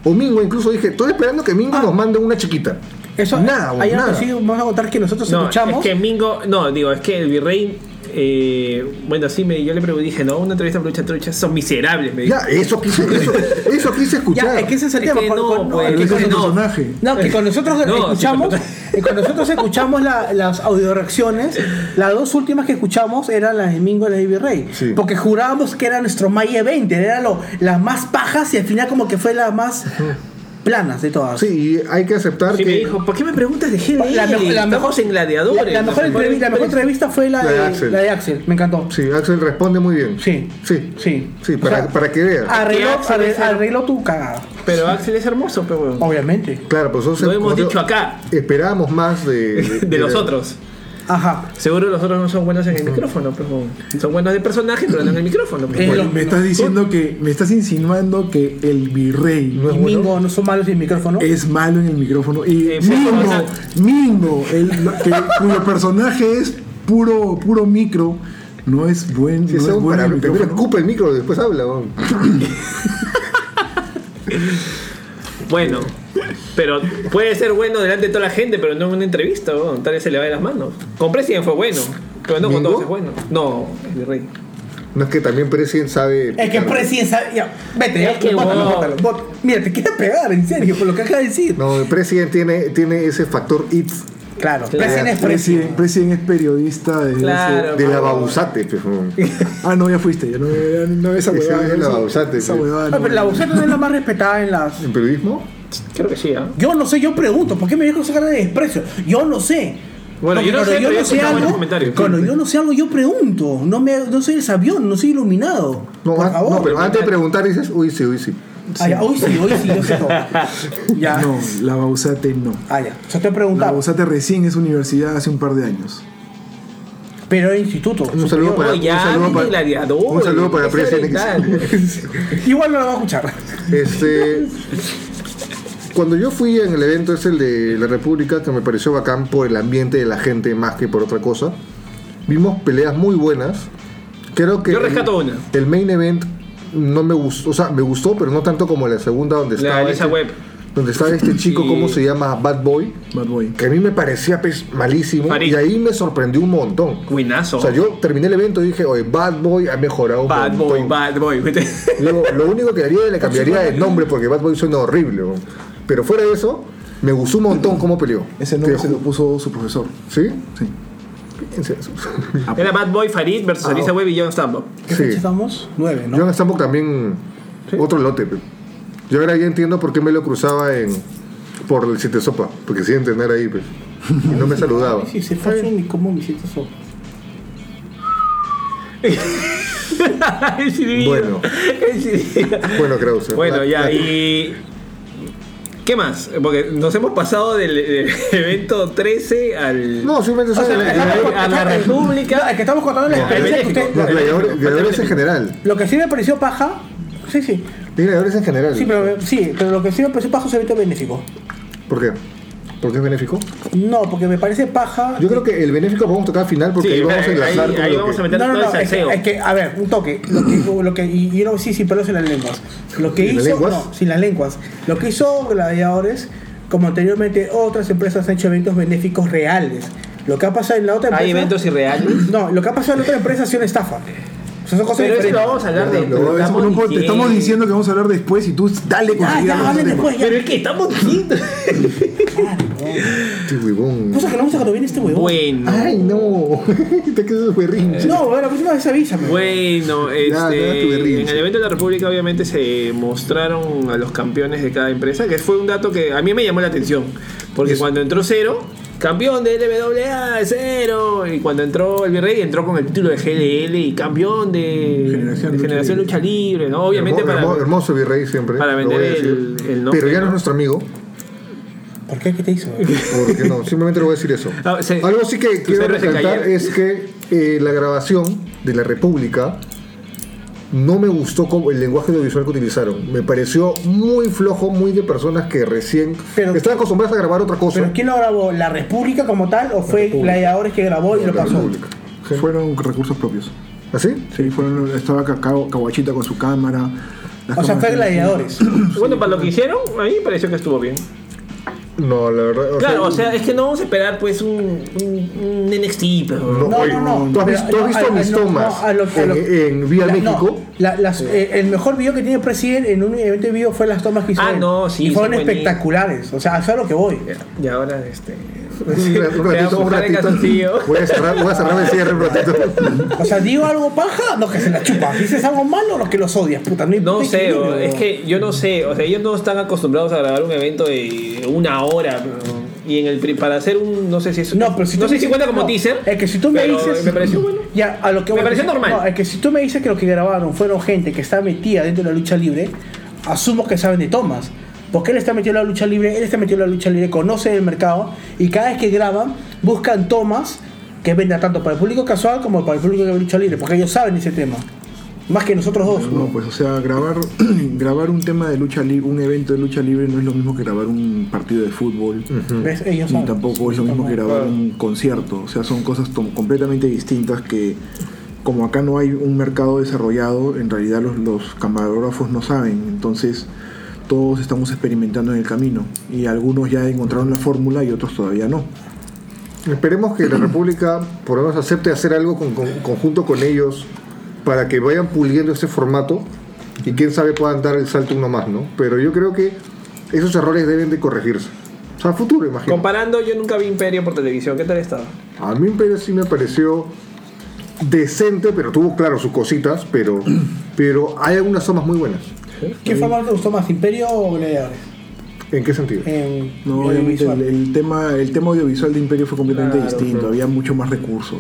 A: O Mingo, incluso dije, estoy esperando que Mingo
C: Ah.
A: nos mande una chiquita.
C: Eso,
A: nada,
C: hay algo
A: nada.
C: así, vamos a contar que nosotros
B: No,
C: escuchamos.
B: es que Mingo, no, digo, es que el virrey eh, bueno, sí, me, yo le pregunté, dije, no, una entrevista con Lucha Trucha, son miserables, me dijo.
A: Ya, eso
C: *laughs*
A: quise, eso, eso quise escuchar.
C: Ya, es que ese es el
B: Es
C: tema.
B: que
C: con-
B: no,
C: con-
B: pues,
D: Pero
B: que
D: ese es
B: con-
D: otro
B: no.
D: personaje.
C: No, que cuando nosotros
B: No,
C: escuchamos,
B: sí,
C: que cuando nosotros escuchamos la- las audioreacciones, las dos últimas que escuchamos eran las de Mingo y las de Virrey.
A: Sí.
C: Porque jurábamos que era nuestro Maye 20, eran lo, las más pajas y al final como que fue las más planas de todas.
A: Sí, y hay que aceptar
B: Sí,
A: que.
B: me dijo, ¿por qué me preguntas de GBL?
C: La mejo- la
B: Estamos
C: mejor-
B: en gladiadores.
C: La, la mejor,
B: Nos
C: entrevi- la mejor entrevista fue la,
A: La de
C: de,
A: Axel.
C: la de Axel, me encantó.
A: Sí, Axel responde muy bien.
C: Sí.
A: Sí.
C: Sí.
A: Sí,
C: O
A: para,
C: sea, ah,
A: para que vean.
C: Arregló,
B: Que Axel
C: arre-
B: es el-
C: arregló tu cagada,
B: Pero Axel es hermoso, pero bueno.
C: obviamente.
A: Claro, pues nosotros-
B: Lo hemos
A: nosotros
B: dicho acá.
A: Esperábamos más
B: *laughs*
A: de, de-
B: De los otros.
C: Ajá.
B: Seguro los otros no son buenos en el micrófono, pero bueno. son buenos de personaje, pero no en el micrófono. pues,
C: Es
B: bueno.
C: lo-
D: Me estás diciendo que, me estás insinuando que el virrey
A: No es
C: Y
A: bueno.
C: Mingo no son malos sin micrófono.
D: es malo en el micrófono. Y
B: Eh,
D: Mingo,
B: bueno,
D: Mingo, el, que, cuyo personaje es puro, puro micro, no es buen,
A: Sí, ese
D: no es
A: es un
D: bueno en
A: para-
D: el
A: primero
D: micrófono.
A: escupe el micro, después habla. weón.
B: Bueno, pero puede ser bueno delante de toda la gente, pero no en una entrevista, weón. tal vez se le va de las manos. Con President fue bueno, pero no con
A: ¿Mingo?
B: todos es bueno. No, es de rey.
A: No es que también President sabe.
C: Es que Presi sabe. Ya, vete, ya,
B: Es que
C: bótalo,
B: vos-
C: bótalo, bótalo. Mira, te quiere pegar, en serio, por lo que acaba de decir.
A: No, el President tiene, tiene ese factor it
C: Claro, Presi
B: Claro,
C: es Presi.
D: President, President es periodista desde
B: Claro.
A: de la babusate. pues, weón.
D: hace- Ah, no, ya fuiste. Ya no, ya no, esa
A: Ese
D: huevada.
A: es el
D: esa-
A: abusante,
D: esa
A: sí.
D: huevada
C: No,
D: no.
C: Ah, pero la voceta no es la más respetada en las.
A: ¿En periodismo?
B: Creo que sí, ¿ah?
C: Yo no sé, yo pregunto, ¿por qué me dijo esa cara de desprecio? Yo no sé.
B: Bueno, yo no sé,
C: cuando
B: pero yo he escuchado buenos comentarios.
C: Cuando yo no sé algo, yo pregunto. No, me, no soy el sabión, no soy iluminado.
A: No,
C: Por
B: ah,
A: an-
C: favor.
A: no, pero antes de preguntar dices, uy, sí, uy, sí.
C: Ah, ya, hoy sí, hoy sí, yo sé
B: *laughs*
C: todo. ya.
D: No, la Bausate no.
C: Ah, ya. Yo te
D: La
C: preguntaba.
D: Bausate recién es universidad hace un par de años.
C: Pero era instituto.
A: Un saludo para.
B: No,
A: Un
B: ya,
A: saludo
B: mire,
A: para,
B: gladiador.
A: un saludo para
B: Ese era
A: President
B: el
A: X. *laughs*
B: tal.
C: Igual no lo va a escuchar.
A: Este, cuando yo fui en el evento es el de la República, que me pareció bacán por el ambiente de la gente más que por otra cosa. Vimos peleas muy buenas. Creo que
B: Yo rescato
A: el,
B: una.
A: El main event no me gustó, o sea, me gustó, pero no tanto como la segunda donde
B: La
A: estaba
B: Elisa
A: este-
B: Webb.
A: donde estaba este chico,
B: Sí.
A: ¿cómo se llama? Bad Boy.
D: Bad Boy.
A: Que a mí me parecía pues, malísimo.
B: Farid.
A: Y ahí me sorprendió un montón.
B: Buenazo.
A: O sea, yo terminé el evento y dije, oye, Bad Boy ha mejorado. un
B: Bad boy,
A: montón".
B: bad boy. *laughs*
A: Luego, lo único que haría le cambiaría el nombre porque Bad Boy suena horrible. weón. Pero fuera de eso, me gustó un montón cómo peleó.
D: Ese nombre
A: Te
D: se
A: ju-
D: lo puso su profesor.
A: ¿Sí?
D: Sí.
A: En *laughs* serio.
B: Era Bad Boy Farid versus
A: Ah,
B: Alisa Webb y John *laughs* Stambo.
C: ¿Qué
A: Sí.
C: fecha estamos? Nueve, ¿no?
A: John Stambock también. Otro lote. pe. Yo ahora ya entiendo por qué me lo cruzaba en. Por el sitio sopa. Porque sin entender ahí, pues. Y no me saludaba.
C: Sí, se fue ni cómo me hiciste eso.
B: Es divino.
A: Bueno.
B: Es
A: *laughs*
B: divino.
A: Bueno, Krause.
B: Bueno,
A: la-
B: ya,
A: la-
B: y. ¿Qué más? Porque nos hemos pasado del, del *laughs* evento 13 al.
A: No, simplemente
C: O sea,
A: son-
B: la-
C: estamos-
B: a la
C: estamos-
B: República.
C: no, es que estamos contando la
B: No,
C: experiencia que usted.
A: los gladiadores gladiadores en general.
C: Lo que sí me pareció paja. Sí, sí.
A: Y gladiadores en general.
C: Sí, pero, sí, pero lo que sí me pareció paja es el evento benéfico.
A: ¿Por qué? ¿Por qué es benéfico?
C: No, porque me parece paja.
A: Yo creo que el benéfico podemos tocar al final porque
B: Sí,
A: ahí vamos a
B: ahí-
A: enlazar
B: ahí-
A: con
B: ahí
A: lo
B: vamos
A: que-
B: a meter-
C: No, no,
B: todo el
C: no, es que,
B: salseo.
C: es que, a ver, un toque. Lo que, lo que- y y yo no, sí, sin pelos en las lenguas. Lo que
A: ¿Sin las
C: hizo,
A: lenguas?
C: no, sin las lenguas. Lo que hizo Gladiadores, como anteriormente otras empresas han hecho eventos benéficos reales. Lo que ha pasado en la otra empresa.
B: Hay eventos irreales.
C: No, lo que ha pasado en la otra empresa ha sido una estafa. O sea, son cosas
B: Pero eso lo
C: diferentes.
B: vamos a hablar de.
D: Pero eso no importa, te estamos diciendo que vamos a hablar después y tú dale con
C: Ah, Ya, ya,
D: seguida con ese
C: hablen
D: tema.
C: después, ya.
B: Pero es que estamos diciendo.
A: Este huevón.
C: Cosa que no vamos a cuando viene este huevón.
B: Bueno.
A: Ay,
C: *laughs*
A: no. Te quedas berrinche.
C: No, bueno, la próxima vez avísame.
B: Bueno,
A: Ya, ya
B: este,
A: estuve riendo.
B: en el evento de la República obviamente se mostraron a los campeones de cada empresa, que fue un dato que a mí me llamó la atención, porque cuando entró Cero, campeón de LWA, Cero, y cuando entró el Virrey entró con el título de GDL y campeón de
D: Generación
B: de
D: Lucha
B: Generación
D: Libre.
B: Lucha Libre, ¿no? Obviamente
A: Hermo-
B: para...
A: hermo- hermoso virrey siempre.
B: para
A: lo
B: vender
A: voy a decir.
B: el- el nombre,
A: Pero ya no
B: ¿no?
A: es nuestro amigo.
C: ¿Por qué? ¿Qué te hizo?
A: Porque
B: *laughs*
A: no, simplemente le voy a decir eso.
B: Ah, se-
A: Algo sí que
B: tus
A: quiero
B: héroes se
A: recalcar
B: cayeron.
A: es que eh, la grabación de La República no me gustó como el lenguaje audiovisual que utilizaron. Me pareció muy flojo, muy de personas que recién
C: Pero-
A: están acostumbradas a grabar otra cosa.
C: ¿Pero quién lo grabó? ¿La República como tal o fue
A: República.
C: Gladiadores que grabó y
A: La
C: lo pasó?
A: República.
D: Fueron recursos propios.
A: ¿Así?
D: Sí, fueron, estaba Caguachita con su cámara. las
C: O sea,
D: cámaras
C: fue
D: de-
C: Gladiadores.
B: Bueno, para lo que hicieron, a mí me pareció que estuvo bien.
A: No, la verdad. o
B: Claro,
A: sea,
B: o sea, es que no vamos a esperar pues un, un- un en NXT, pero.
A: No, oye, ¿Tú has
C: pero-
A: visto, tú has
C: no,
A: visto
C: a- a-
A: mis
C: no,
A: tomas
C: no, a lo- a
A: en,
C: lo-
A: en Vía
C: la- no,
A: México?
C: la- las- eh, el mejor video que tiene President en un evento de video fue las tomas que hizo.
B: Ah,
C: él.
B: no, sí,
C: Y fueron
B: son buenísimas.
C: espectaculares. O sea, eso es a lo que voy.
B: Y ahora, este.
A: Un
B: te
A: ratito,
B: voy a
A: un
B: buscar el
A: ratito.
B: castillo.
A: Voy a cerrar, voy a cerrar el cierre un ratito.
C: *laughs* O sea, digo algo paja, no que se la chupa. Dices algo malo, los que los odias, puta. No, hay
B: No
C: puto
B: sé,
C: equilibrio,
B: o-
C: weón.
B: es que yo no sé, o sea, ellos no están acostumbrados a grabar un evento de una hora. pero- Y en el pri- para hacer un, no sé si es
C: No, pero si tú
B: no
C: me
B: sé si
C: dices-
B: cuenta como
C: no,
B: teaser.
C: Es que si tú me
B: pero
C: dices.
B: me
C: *laughs*
B: pareció bueno.
C: Ya, a lo que
B: Me
C: voy-
B: pareció normal.
C: No, es que si tú me dices que los que grabaron fueron gente que está metida dentro de la lucha libre, asumo que saben de tomas. Porque él está metido en la lucha libre, él está metido en la lucha libre, conoce el mercado y cada vez que graban buscan tomas que vendan tanto para el público casual como para el público de la lucha libre, porque ellos saben ese tema. Más que nosotros dos.
D: No, pues o sea, grabar, *clears throat* grabar un tema de lucha libre, un evento de lucha libre no es lo mismo que grabar un partido de fútbol.
C: ¿Ves? Ellos
D: Ni
C: saben.
D: tampoco es lo mismo que grabar un concierto. O sea, son cosas tom- completamente distintas que como acá no hay un mercado desarrollado, en realidad los, los camarógrafos no saben. Entonces todos estamos experimentando en el camino. Y algunos ya encontraron la fórmula y otros todavía no.
A: Esperemos que la República por lo menos acepte hacer algo con- con- conjunto con ellos para que vayan puliendo este formato y quién sabe puedan dar el salto uno más, ¿no? Pero yo creo que esos errores deben de corregirse. O sea, a futuro, imagino.
B: Comparando, yo nunca vi Imperio por televisión. ¿Qué tal estaba?
A: A mí Imperio sí me pareció decente, pero tuvo, claro, sus cositas, pero, pero hay algunas tomas muy buenas.
C: ¿Qué forma te gustó más, Imperio o Gladiadores?
A: ¿En qué sentido?
C: En
D: No, obviamente
C: audiovisual.
D: el, el tema, el tema audiovisual de Imperio fue completamente
B: Claro,
D: distinto,
B: claro.
D: había mucho más recursos.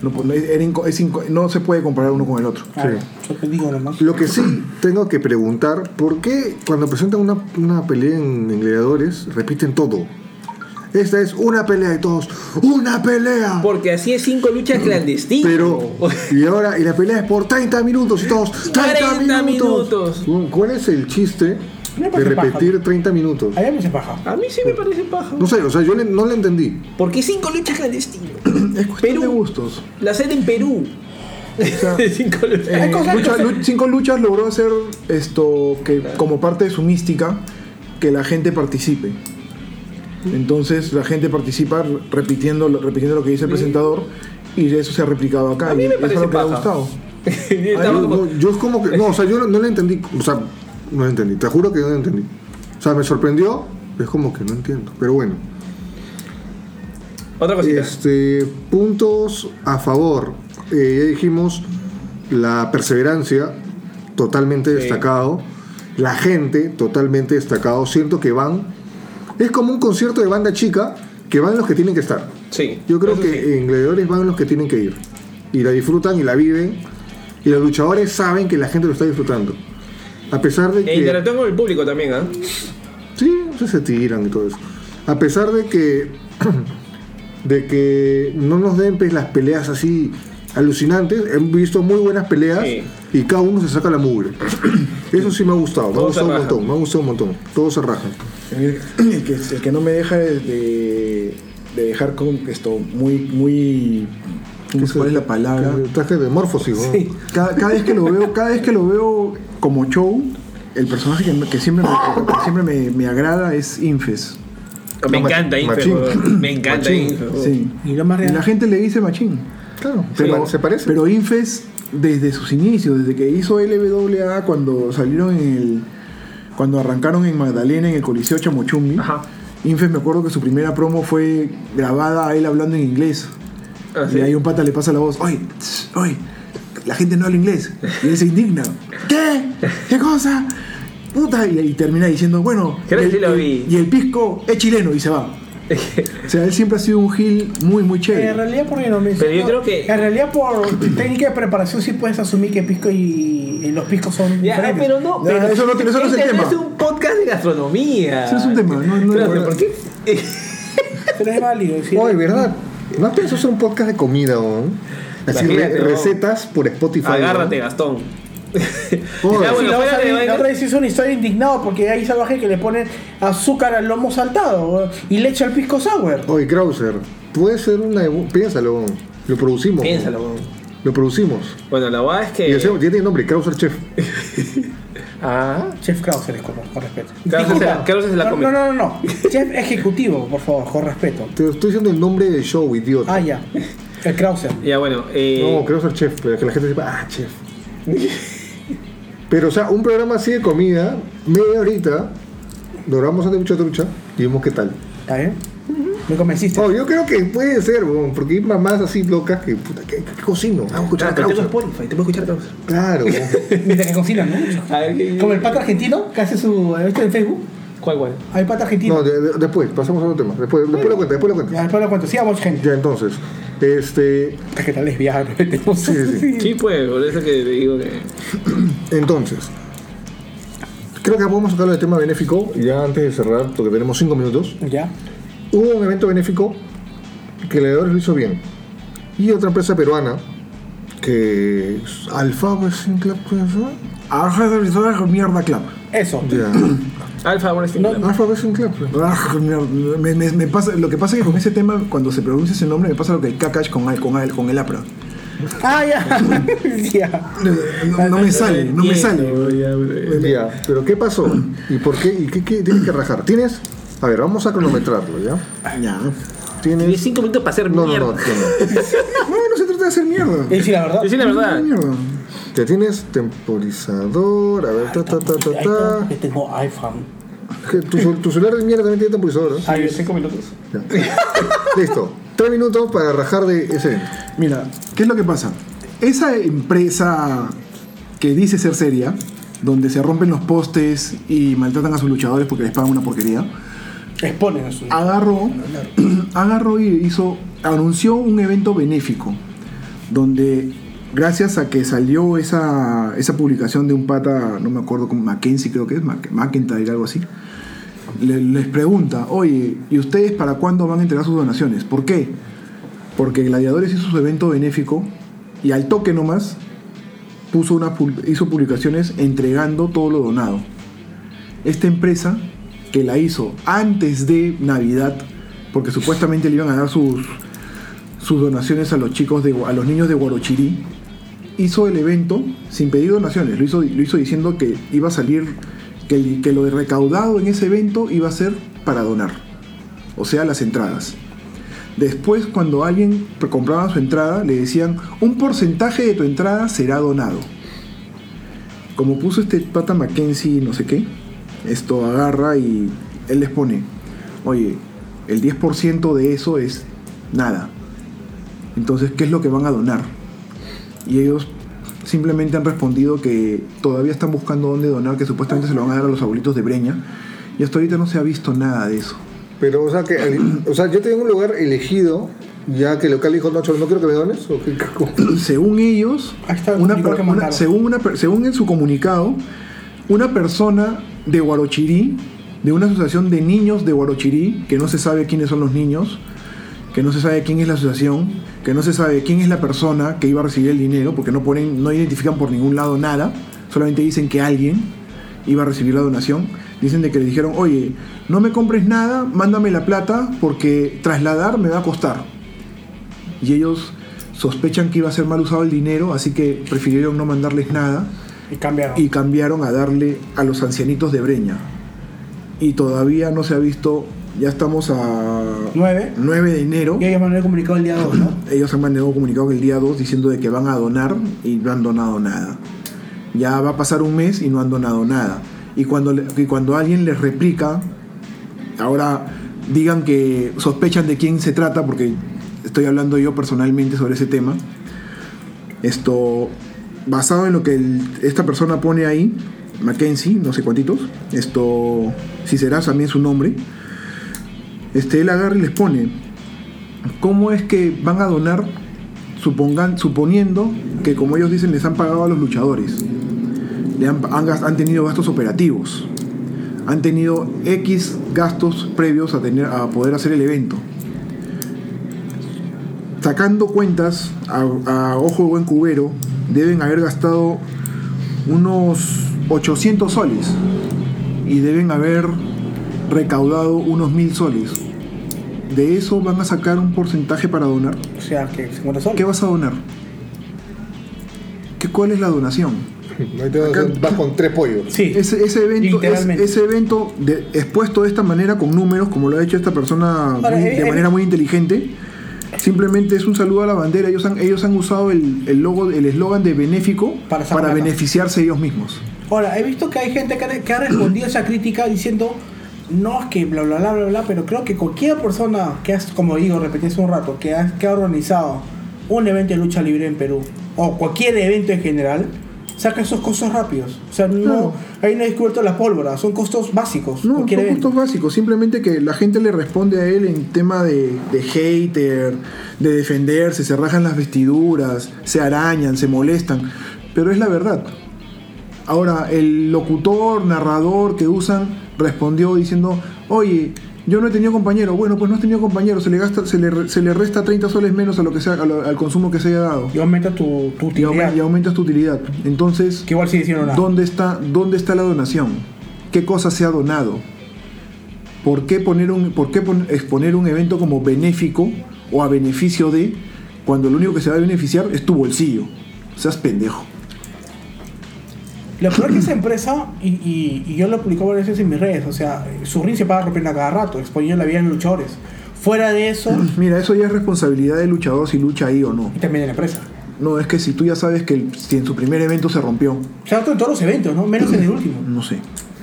D: No, pues, no, era inco- es inco- no se puede comparar uno con el otro.
C: Ah, Yo te digo nomás.
A: Lo que sí tengo que preguntar, ¿por qué cuando presentan una, una pelea en, en Gladiadores repiten todo? Esta es una pelea de todos, una pelea.
B: Porque así es cinco luchas clandestinas.
A: Pero, y ahora, y la pelea es por 30 minutos y todos, 30,
B: 30
A: minutos. ¿Cuál es el chiste
C: Me
A: de
C: parece
A: repetir 30 minutos?
C: A mí me hace paja.
B: A mí sí me parece paja.
A: No sé, o sea, yo le- no le entendí.
B: ¿Por qué cinco luchas clandestinas?
C: *clears throat*
D: Es cuestión
B: Perú.
D: de gustos.
B: La sede en Perú.
C: *laughs* Ah.
B: *laughs* cinco luchas.
D: Eh,
C: cosas que
D: lucha-
C: se-
D: lu- cinco luchas logró hacer esto que como parte de su mística que la gente participe. Entonces la gente participa repitiendo, lo- repitiendo lo que dice el presentador y eso se ha replicado acá.
B: A mí
D: y
B: me
D: eso es
B: parece
D: lo que le ha
B: paja.
D: gustado.
B: *laughs*
A: Ah,
B: Estaba
A: yo,
B: como-
A: no, yo es como que. No, o sea, yo no, no la entendí. O sea, no la entendí. Te juro que no la entendí. O sea, me sorprendió. Es como que no entiendo. Pero bueno.
B: Otra cosita.
A: Este, puntos a favor. Eh, ya dijimos la perseverancia, totalmente destacado. La gente, totalmente destacado. Siento que van. Es como un concierto de banda chica que van los que tienen que estar.
B: Sí.
A: Yo creo
B: eso
A: que
B: sí. E
A: en Gladiadores van los que tienen que ir. Y la disfrutan y la viven. Y los luchadores saben que la gente lo está disfrutando. A pesar de
B: E
A: que.
B: interactúan con el público también, ¿ah?
A: Sí, o sea, se tiran y todo eso. A pesar de que. *clears throat* de que no nos den pues, las peleas así alucinantes. He visto muy buenas peleas
B: Sí.
A: y cada uno se saca la mugre. *clears throat* Eso sí me ha gustado. Me ha
B: Todos se
A: gustado un
B: rajan.
A: montón. Me ha gustado un montón. Todos se rajan.
D: El, el que, el que no me deja es de, de dejar con esto muy, muy. ¿Cuál es la palabra?
A: El traje de Morphosis, ¿no?
D: Cada, cada vez que lo veo, cada vez que lo veo como show, el personaje que, me- que siempre, me, que siempre me, me agrada es Infes.
B: Me
A: No,
B: encanta
A: machín.
B: Infe, weón. Me encanta
A: Machín.
B: Infe, weón.
D: Sí.
C: Y lo más real.
D: la gente le dice machín.
A: Claro,
D: Pero,
A: se, parece.
D: Pero Infes, desde sus inicios, desde que hizo LWA, cuando salieron en el. Cuando arrancaron en Magdalena, en el Coliseo Chamochumbi.
B: Ajá.
D: Infes, me acuerdo que su primera promo fue grabada a él hablando en inglés.
B: Ah,
D: Y
B: sí.
D: ahí un pata le pasa la voz, oye, tss, oye, la gente no habla inglés. Y él se indigna. ¿Qué? ¿Qué cosa? Puta. Y, y termina diciendo, bueno,
B: Creo que
D: el-
B: sí lo
D: el-
B: vi.
D: y el pisco es chileno y
B: *laughs*
D: se va. O sea, él siempre ha sido un gil muy, muy
C: En
D: chévere.
C: realidad, porque no me
B: Pero yo creo que-
C: En realidad, por técnica de preparación, sí puedes asumir que pisco y, y los piscos son.
B: Ya, ah,
C: diferentes.
B: pero no.
D: Ya,
B: pero
D: eso no tiene- eso no es el
B: este
D: tema.
B: es un podcast de gastronomía.
D: Eso es un tema, no- no-
B: Espérate,
D: no-
B: ¿por qué?
C: Pero es válido. sí.
A: Oye, ¿verdad? ¿No has pensado hacer un podcast de comida, weón? Así re-
B: Imagínate, weón.
A: recetas por Spotify.
B: Agárrate,
A: weón.
D: *laughs*
B: Gastón.
A: Oye.
B: Ya,
C: Sí,
B: bueno,
C: la otra
B: fuera de
C: vez- la
B: vaina.
C: otra vez hizo una historia indignado porque hay salvajes que le ponen azúcar al lomo saltado weón, y le echa el pisco sour.
A: Oye, Krauser, puede ser una. evo- Piénsalo, weón. Lo producimos. weón.
B: Piénsalo. weón.
A: Lo producimos.
B: Bueno, la verdad es
A: Y
B: que.
A: hacemos- ya tiene nombre, Krauser Chef.
B: Ah.
C: Chef Krause, disculpa, con respeto.
B: Krause
C: Disculpa.
B: se la- Krause se la
C: no,
B: come.
C: No, no, no, no. Chef ejecutivo, por favor, con respeto.
A: Te estoy diciendo el nombre del show, idiota.
C: Ah, ya. El Krause.
B: Ya, bueno. eh,
A: No, creo ser chef, para que la gente sepa, ah, chef. *laughs* Pero, o sea, un programa así de comida, media horita, lo grabamos de mucha trucha y vemos qué tal.
C: ¿Está bien? Me convenciste.
A: Oh, yo creo que puede ser, weón, porque hay mamás así locas que, puta, ¿qué, qué cocino? Vamos a escuchar
B: Ah,
A: a
B: pero tengo
A: Krauser.
B: Spotify, te puedo escuchar Krause.
A: Claro, *laughs* weón.
C: Mientras que cocinan, ¿no?
B: A ver, ¿qué-
C: Como el pato argentino que hace su evento en Facebook.
B: ¿Cuál, cuál?
C: Hay pato argentino.
A: No, de- de- después, pasamos a otro tema. Después, después lo cuenta, después lo
C: Ya,
A: cuenta.
C: después lo cuento. Sigamos, gente.
A: Ya, entonces, este,
C: Es que tal lesbiana, ¿no? *laughs* Tenemos-
A: sí,
C: *laughs*
A: sí.
B: Sí, pues, por eso que te digo que.
A: entonces. Creo que podemos sacarlo del tema benéfico, y ya antes de cerrar, porque tenemos cinco minutos.
C: Ya.
A: Hubo un evento benéfico que Leedores lo hizo bien. Y otra empresa peruana que es Alfa Wrestling Club, ¿puede ser?
D: Arja de Rizal, mierda club.
C: Eso.
A: Ya.
B: Alfa, bueno, este-
C: No,
A: Alfa Wrestling Club. pues.
D: Arja, mierda. Ah, Me, me- me pasa, lo que pasa es que con ese tema, cuando se pronuncia ese nombre, me pasa lo que el Kakash con, el- con, el- con el APRA.
C: Ah, ya. ya.
D: No, no me sale, no me sale.
A: Ya, pero ¿qué pasó? ¿Y por qué? ¿Y qué, qué tienes que rajar? ¿Tienes? A ver, vamos a cronometrarlo, ¿ya?
D: Ya.
B: Tienes
A: ¿Tienes?
B: cinco minutos para hacer
A: No, no,
B: mierda.
A: no, no, no.
D: No, no se trata de hacer mierda.
C: Y sí, la verdad.
B: Decí la verdad.
D: Mierda.
A: Te tienes temporizador, a ver, ta, ta, ta, ta,
C: Ahí está,
A: ta.
C: que tengo iPhone.
A: Que Tu, cel- tu celular de mierda también tiene
D: *laughs*
A: temporizador, ¿eh?
C: Ahí
B: Cinco minutos.
A: Ya. Listo. Tres minutos para rajar de ese evento.
D: Mira, ¿qué es lo que pasa? Esa empresa que dice ser seria, donde se rompen los postes y maltratan a sus luchadores porque les pagan una porquería,
C: Exponen a su.
D: agarró, *clears throat* agarró y hizo, anunció un evento benéfico, donde gracias a que salió esa, esa publicación de un pata, no me acuerdo, con Mackenzie creo que es, Mac- McIntyre, algo así, le- les pregunta, oye, ¿y ustedes para cuándo van a entregar sus donaciones? ¿Por qué? Porque Gladiadores hizo su evento benéfico y al toque nomás puso una, pul- hizo publicaciones entregando todo lo donado. Esta empresa que la hizo antes de Navidad, porque supuestamente le iban a dar sus, sus donaciones a los chicos, de, Gua- a los niños de Guarochirí, hizo el evento sin pedir donaciones. Lo hizo, lo hizo diciendo que iba a salir, que, el- que lo recaudado en ese evento iba a ser para donar, o sea, las entradas. Después, cuando alguien pre- compraba su entrada, le decían un porcentaje de tu entrada será donado. Como puso este pata Mackenzie, no sé qué, esto agarra y él les pone, oye, el 10% de eso es nada. Entonces, ¿qué es lo que van a donar? Y ellos simplemente han respondido que todavía están buscando dónde donar, que supuestamente se lo van a dar a los abuelitos de Breña. Y hasta ahorita no se ha visto nada de eso.
A: Pero, o sea, que, al- o sea, yo tengo un lugar elegido, ya que el local dijo, no, cholo, no quiero que me dones. ¿o qué?
D: *laughs*
A: ¿Cómo?
D: *clears throat* según ellos,
C: Ahí está el
D: una
C: comunicado
D: per-
C: que
D: una-
C: mandaron.
D: según, una per- según en su comunicado, una persona de Guarochirí, de una asociación de niños de Guarochirí, que no se sabe quiénes son los niños, que no se sabe quién es la asociación, que no se sabe quién es la persona que iba a recibir el dinero, porque no ponen, no identifican por ningún lado nada, solamente dicen que alguien iba a recibir la donación. Dicen de que le dijeron, oye, no me compres nada, mándame la plata, porque trasladar me va a costar y ellos sospechan que iba a ser mal usado el dinero, así que prefirieron no mandarles nada
C: Y cambiaron.
D: y cambiaron a darle a los ancianitos de Breña. Y todavía no se ha visto, ya estamos a
C: Nueve.
D: 9 de enero.
C: Y ellos mandaron el comunicado el día 2, ¿no?
D: Ellos han mandado un comunicado el día 2 diciendo de que van a donar y no han donado nada. Ya va a pasar un mes y no han donado nada. Y cuando, le- y cuando alguien les replica, ahora digan que sospechan de quién se trata, porque estoy hablando yo personalmente sobre ese tema. Esto, basado en lo que el- esta persona pone ahí, Mackenzie, no sé cuántitos, esto, si será también su nombre, este, él agarra y les pone, ¿cómo es que van a donar, supongan, suponiendo que como ellos dicen les han pagado a los luchadores? Le han, han gas- han tenido gastos operativos, han tenido X gastos previos a, tener, a poder hacer el evento. Sacando cuentas a, a ojo de buen cubero, deben haber gastado unos 800 soles y deben haber recaudado unos 1000 soles. De eso van a sacar un porcentaje para donar.
C: O sea, que 50 soles.
D: ¿Qué vas a donar? ¿Qué, ¿Cuál es la donación?
A: Ahí te vas,
D: Acá-
A: vas con tres pollos.
C: Sí.
D: Ese, ese evento, es-
C: Literalmente.
D: ese evento de- expuesto de esta manera con números, como lo ha hecho esta persona
C: Ahora,
D: muy-
C: eh,
D: de
C: eh,
D: manera muy inteligente, simplemente es un saludo a la bandera. Ellos han, ellos han usado el, el logo, el eslogan de benéfico
C: Para
D: para,
C: sacar plata.
D: beneficiarse ellos mismos.
C: Ahora, he visto que hay gente que ha, que ha respondido a esa crítica diciendo, no es que bla, bla, bla, bla, bla, pero creo que cualquier persona que has, como digo, repetí hace un rato, que ha, que ha organizado un evento de lucha libre en Perú, o cualquier evento en general, saca esos costos rápidos. O sea, no,
D: Claro.
C: ahí no he descubierto la pólvora, son costos básicos.
D: No, son
C: cualquier evento.
D: puntos básicos, simplemente que la gente le responde a él en tema de, de hater, de defenderse, se rajan las vestiduras, se arañan, se molestan, pero es la verdad. Ahora, el locutor, narrador que usan respondió diciendo, oye, yo no he tenido compañero, bueno, pues no has tenido compañero, se le, gasta, se le, re- se le resta 30 soles menos a lo que sea, a lo- al consumo que se haya dado.
C: Y aumenta tu, tu
D: Y,
C: utilidad,
D: aum- y aumentas tu utilidad. Entonces,
C: que igual sí hicieron nada.
D: ¿Dónde está, ¿Dónde está la donación? ¿Qué cosa se ha donado? ¿Por qué, poner un, por qué pon- exponer un evento como benéfico o a beneficio de cuando lo único que se va a beneficiar es tu bolsillo? Seas pendejo.
C: Lo peor es que esa empresa, y, y- y yo lo publico varias veces en mis redes, o sea, su ring se paga rompiendo a cada rato, exponiendo la vida de los luchadores. Fuera de eso,
D: Mira, eso ya es responsabilidad del luchador si lucha ahí o no.
C: y también de la empresa.
D: No, es que si tú ya sabes que el- si en su primer evento se rompió,
C: O sea, en todos los eventos, ¿no? Menos en el último.
D: no sé.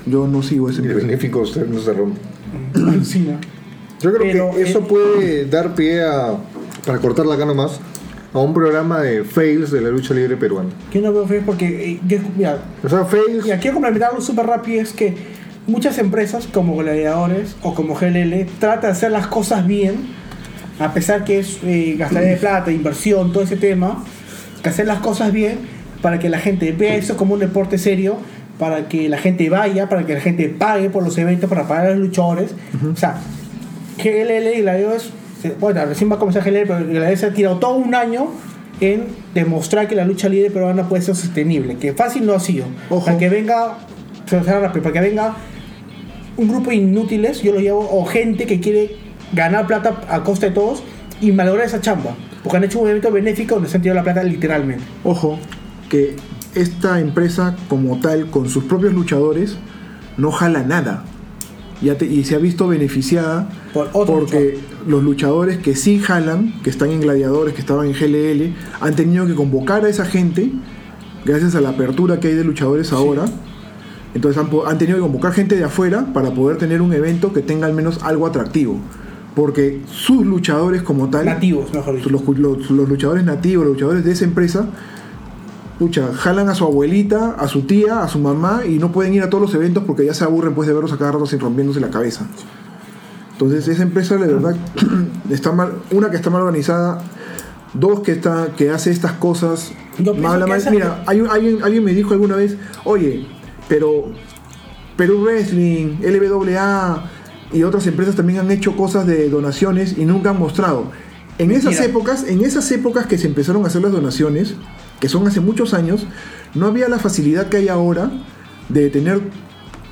D: Yo no sigo ese.
A: El benéfico usted no se rompe.
C: Alucina.
A: Yo creo
C: Pero,
A: que eso
C: eh,
A: puede dar pie a, para cortarla acá nomás, a un programa de fails de la lucha libre peruana.
C: Yo no veo fe porque, eh, yo- mira,
A: O sea, fails.
C: Y aquí quiero complementarlo súper rápido, es que muchas empresas como Gladiadores o como GLL tratan de hacer las cosas bien, a pesar que es eh, gastar de plata, inversión, todo ese tema, que hacer las cosas bien para que la gente vea eso como un deporte serio, para que la gente vaya, para que la gente pague por los eventos, para pagar a los luchadores. O sea, GLL y Gladiadores, se- bueno, recién va a comenzar GLL, pero Gladiadores se ha tirado todo un año en demostrar que la lucha libre peruana puede ser sostenible, que fácil no ha sido.
D: Ojo.
C: Para que venga, se lo cerrará, pero para que venga un grupo de inútiles, yo lo llevo, o gente que quiere ganar plata a costa de todos y malograr esa chamba. Porque han hecho un evento benéfico donde se han tirado la plata literalmente.
D: Ojo, que esta empresa como tal, con sus propios luchadores, no jala nada. Ya te- y se ha visto beneficiada
C: Por otro
D: porque los luchadores que sí jalan, que están en gladiadores, que estaban en GLL, han tenido que convocar a esa gente, gracias a la apertura que hay de luchadores ahora. Entonces han, po- han tenido que convocar gente de afuera para poder tener un evento que tenga al menos algo atractivo. Porque sus luchadores como tal
C: Nativos, mejor dicho.
D: los, los- los luchadores nativos, los luchadores de esa empresa, pucha, jalan a su abuelita, a su tía, a su mamá y no pueden ir a todos los eventos porque ya se aburren pues de verlos a cada rato sin rompiéndose la cabeza. Entonces esa empresa la verdad *clears throat* está mal, una que está mal organizada, dos que está que hace estas cosas
C: Yo pienso
D: mal,
C: que
D: mal.
C: esa-
D: Mira, hay un- alguien, alguien me dijo alguna vez, oye, pero Perú Wrestling, LWA y otras empresas también han hecho cosas de donaciones y nunca han mostrado. En esas épocas, en esas épocas que se empezaron a hacer las donaciones, que son hace muchos años, no había la facilidad que hay ahora de tener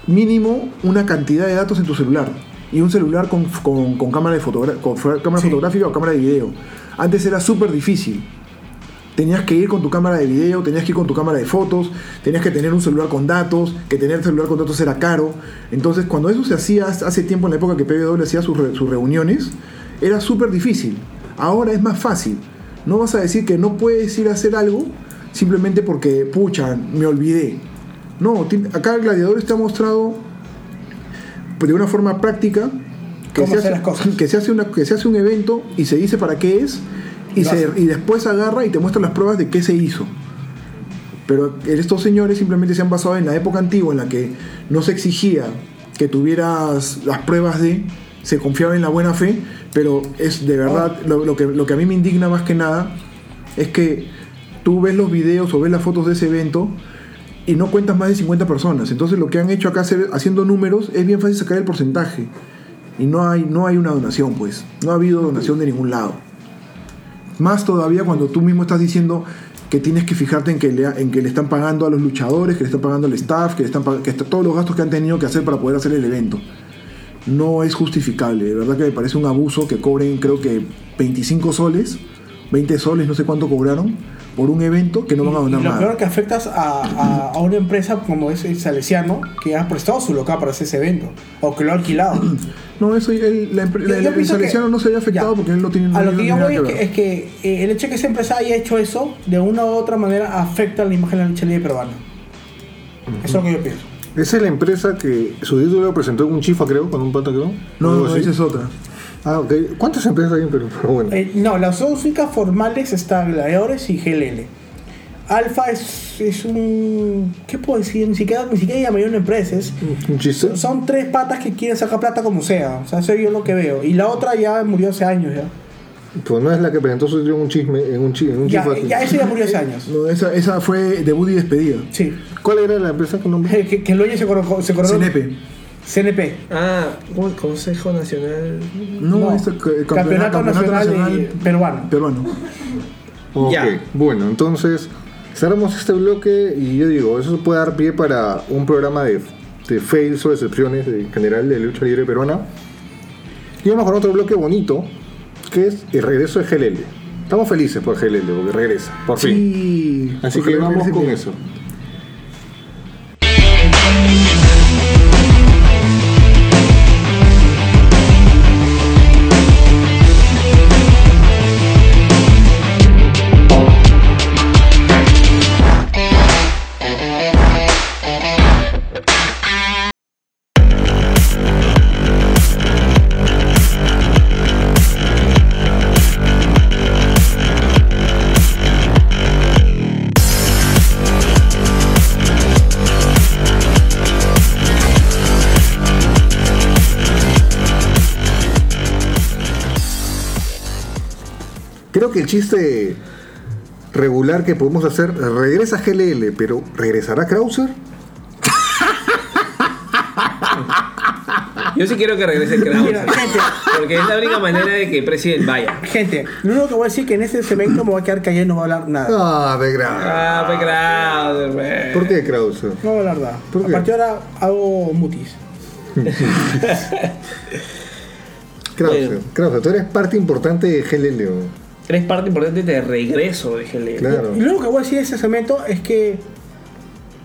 D: mínimo una cantidad de datos en tu celular y un celular con, con- con cámara, de fotogra- con fra- cámara
C: Sí.
D: fotográfica o cámara de video. Antes era súper difícil. Tenías que ir con tu cámara de video, tenías que ir con tu cámara de fotos, tenías que tener un celular con datos, que tener celular con datos era caro. Entonces, cuando eso se hacía hace tiempo, en la época que PBW hacía sus, re- sus reuniones, era súper difícil. Ahora es más fácil. No vas a decir que no puedes ir a hacer algo simplemente porque, pucha, me olvidé. No, ti- acá el gladiador está mostrado de una forma práctica que,
C: Cómo
D: se
C: hacer
D: hace,
C: las cosas.
D: que, se hace una, que se hace un evento y se dice para qué es y,
C: Lo
D: se-
C: hace.
D: y después agarra y te muestra las pruebas de qué se hizo. Pero estos señores simplemente se han basado en la época antigua en la que no se exigía que tuvieras las pruebas de, se confiaba en la buena fe, pero es de verdad lo, lo que, lo que a mí me indigna más que nada es que tú ves los videos o ves las fotos de ese evento y no cuentas más de 50 personas. Entonces lo que han hecho acá hacer- haciendo números es bien fácil sacar el porcentaje. Y no hay, no hay una donación, pues. No ha habido donación de ningún lado. Más todavía cuando tú mismo estás diciendo que tienes que fijarte en que le, en que le están pagando a los luchadores, que le están pagando al staff, que, le están pag- que está- todos los gastos que han tenido que hacer para poder hacer el evento. No es justificable. De verdad que me parece un abuso que cobren, creo que 25 soles 20 soles, no sé cuánto cobraron, por un evento que no van a
C: Y
D: donar
C: lo
D: nada.
C: peor que afectas a, a- a una empresa como es el Salesiano, que ha prestado su local para hacer ese evento, o que lo ha alquilado.
D: No, eso él- la, empre-
C: Yo-
D: la-
C: yo
D: el
C: pienso que-
D: salesiano no se había afectado
C: ya.
D: porque él no tiene
C: A
D: no
C: lo que
D: tiene
C: yo
D: nada
C: voy es que,
D: ver.
C: es que, eh, el hecho de que esa empresa haya hecho eso, de una u otra manera, afecta la imagen de la lucha libre peruana. Eso es lo que yo pienso.
A: Esa es la empresa que su título lo presentó con un chifa, creo, con un pata, creo.
D: No,
A: Algo
D: no,
A: así.
D: esa es otra.
A: Ah, ok. ¿Cuántas empresas hay en Perú? *laughs* Pero bueno.
C: Eh, no, las dos únicas formales están Gladiadores y GLL. Alfa es, es un... ¿Qué puedo decir? Ni siquiera, ni siquiera llamaría una empresa. es-
A: Un chiste.
C: son tres patas que quieren sacar plata como sea. O sea, eso yo lo que veo. Y la otra ya murió hace años ya.
A: Pues no es la que presentó su título en un chisme, en un, chi- en un
C: Ya,
A: chifa.
C: ya eso ya murió hace años.
D: No, esa, esa fue debut y despedida.
C: Sí. *laughs*
A: ¿Cuál era la empresa que nombró?
C: Que, que el dueño se corrió. Se corrió-
D: CNP.
C: CNP.
B: Ah, ¿cómo- Consejo Nacional.
D: No,
C: No,
D: esa- ca-
C: Campeonato Nacional de- peruano.
D: Peruano.
A: Ok,
B: Ya.
A: bueno, entonces cerramos este bloque y yo digo, eso puede dar pie para un programa de, de fails o decepciones de- en general de lucha libre peruana. Y vamos con otro bloque bonito, que es el regreso de GLL. Estamos felices por GLL, porque regresa, por fin.
D: Sí.
A: Así
D: Ojalá
A: que vamos
D: regrese
A: con
D: bien.
A: eso. Creo que el chiste regular que podemos hacer, regresa GLL, pero ¿regresará Krauser?
B: Yo sí quiero que regrese *laughs* el Krauser,
C: Mira, gente.
B: Porque es la única manera de que President vaya.
C: Gente, lo único que voy a decir es que en este segmento me voy a quedar callado y no voy a hablar nada.
A: Ah, de gra-
B: Ah, pues Krauser, güey.
A: ¿Por qué Krauser?
C: No voy a hablar nada.
A: Ah. ¿Por
C: A
A: qué?
C: partir de ahora hago mutis.
A: Krauser,
B: Bueno.
A: Krauser, tú eres parte importante de GLL. ¿no?
B: Eres parte importante de regreso de GLL.
A: Claro.
C: Y lo único que voy a decir de este segmento es que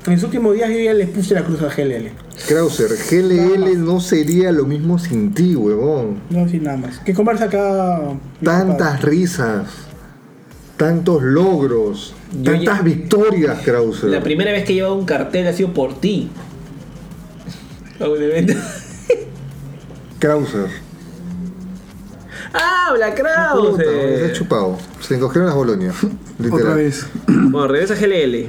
C: en los últimos días yo ya les puse la cruz a GLL.
A: Krauser, GLL no sería lo mismo sin ti, huevón.
C: No voy a decir nada más. Que conversa acá. mi compadre.
A: Tantas risas, tantos logros,
B: Yo
A: tantas
B: ya-
A: victorias, Krauser.
B: La primera vez que he llevado un cartel ha sido por ti. *laughs* A un evento.
A: Krauser.
B: ¡Habla,
A: Puta, se ha
B: Krauser!
A: chupado. Se encogieron las
B: *laughs*
A: bolonias. Literal.
D: Otra vez.
B: Bueno, regresa GLL.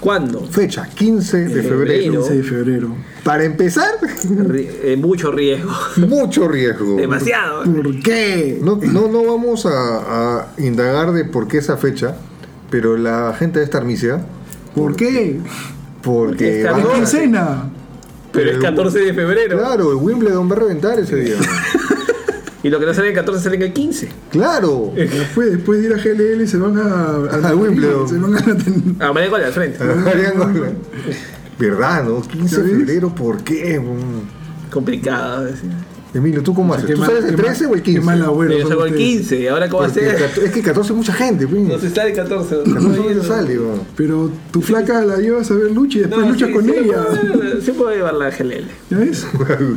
B: ¿Cuándo?
A: Fecha, 15 de
B: En
A: febrero.
B: febrero.
D: 15 de febrero.
A: Para empezar, *laughs*
B: Ri- eh, mucho riesgo. *laughs*
A: mucho riesgo.
B: Demasiado.
D: ¿Por qué?
A: No, no, no vamos a, a indagar de por qué esa fecha, pero la gente debe estar mísera.
D: ¿Por qué?
A: Porque
B: está
A: va-
D: ¿De
B: Ahora.
D: quincena?
B: Pero es 14 de febrero.
A: Claro, el Wimbledon va a reventar ese
D: *laughs*
A: día.
B: Y lo que no sale el 14 sale el 15.
D: *laughs*
A: claro.
D: Después, después de ir a GLL se van a.
A: Al Wimbledon.
D: Se van a.
B: A Ah, María Cola al frente.
A: Harían gol. ¿Verdad, no? 15 de
D: ¿Ya ves?
A: febrero, ¿por qué? mm?
B: Complicado. es decir.
A: Emilio, ¿tú cómo haces?
D: Qué
A: ¿Tú
D: mal-
A: sales el
D: qué mal-
A: 13 o el
D: Qué
A: 15?
D: mal abuelo.
B: Pero yo
D: son
B: salgo el
D: ustedes.
B: 15 y ahora cómo va a
A: Porque el
B: ser.
A: cat- es que 14 es mucha gente, pues.
B: *laughs* No se sale el 14. no se
A: 14 no *laughs*
B: puede.
A: se sale, weón.
D: Pero tu flaca la llevas a ver lucha y después
B: No,
D: luchas
B: sí,
D: con
B: sí
D: ella.
B: puedo- Sí puedo llevarla a GLL.
D: ¿Ya ves?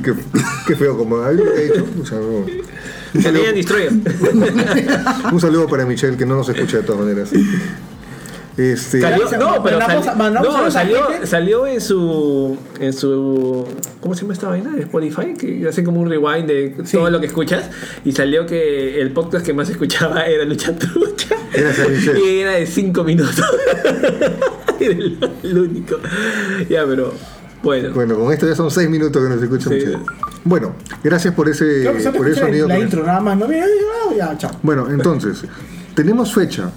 A: qué, qué feo como a ver lo que he hecho. O sea, weón. un,
B: Tenía
A: saludo,
B: Destroyer.
A: un saludo para Michelle que no nos escucha de todas maneras. Este,
B: Salió- no, pero
C: Mandamos-
B: sal-
C: mandamos
B: no,
C: saludos a
B: salió,
C: gente.
B: salió en su en su ¿cómo se llama esta vaina? de Spotify que hace como un rewind de todo lo que escuchas y salió que el podcast que más escuchaba era Lucha Trucha.
A: Era San Michel.
B: y era de 5 minutos. *laughs* era el, el único. Ya, pero bueno.
A: bueno, con esto ya son 6 minutos que nos escucha
B: Sí.
A: Michelle. Bueno, gracias por ese,
C: Creo que solo
A: por ese
C: escuché
A: sonido.
C: la
A: con-
C: intro, nada más. No, mira, ya, ya, chao.
A: Bueno, entonces, tenemos fecha.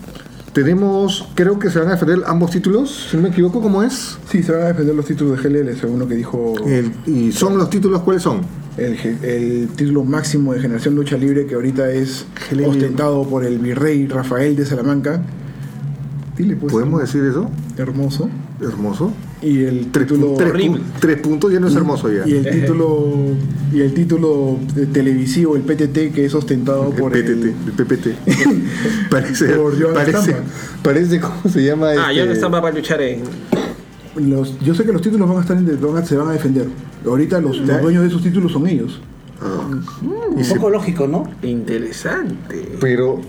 A: Tenemos, creo que se van a defender ambos títulos, si no me equivoco, ¿cómo es?
D: Sí, se van a defender los títulos de GLL, según lo que dijo
A: El- y son los títulos, ¿cuáles son?
D: el, ge- el título máximo de Generación Lucha Libre, que ahorita es
A: GLL.
D: ostentado por el virrey Rafael de Salamanca. dile pues.
A: ¿Podemos decir eso?
D: Hermoso.
A: Hermoso.
D: Y el
A: Tres,
D: título.
A: tres
B: horrible.
A: pu- tres puntos ya no es hermoso ya.
D: Y el título. Y el título eh, televisivo, el PTT, que es ostentado
A: El
D: por
A: PTT, el PPT. *laughs* parece,
D: Por Joan
A: parece,
D: Estampa.
A: parece, ¿cómo se llama?
B: Ah, ya
A: este?
B: no estaba para luchar en.
D: el- los- yo sé que los títulos van a estar en, van a- se van a defender. Ahorita los, los dueños de esos títulos son ellos.
A: Ah, y
C: Un
A: se-
C: poco lógico, ¿no?
B: Interesante.
C: *laughs*
A: pero,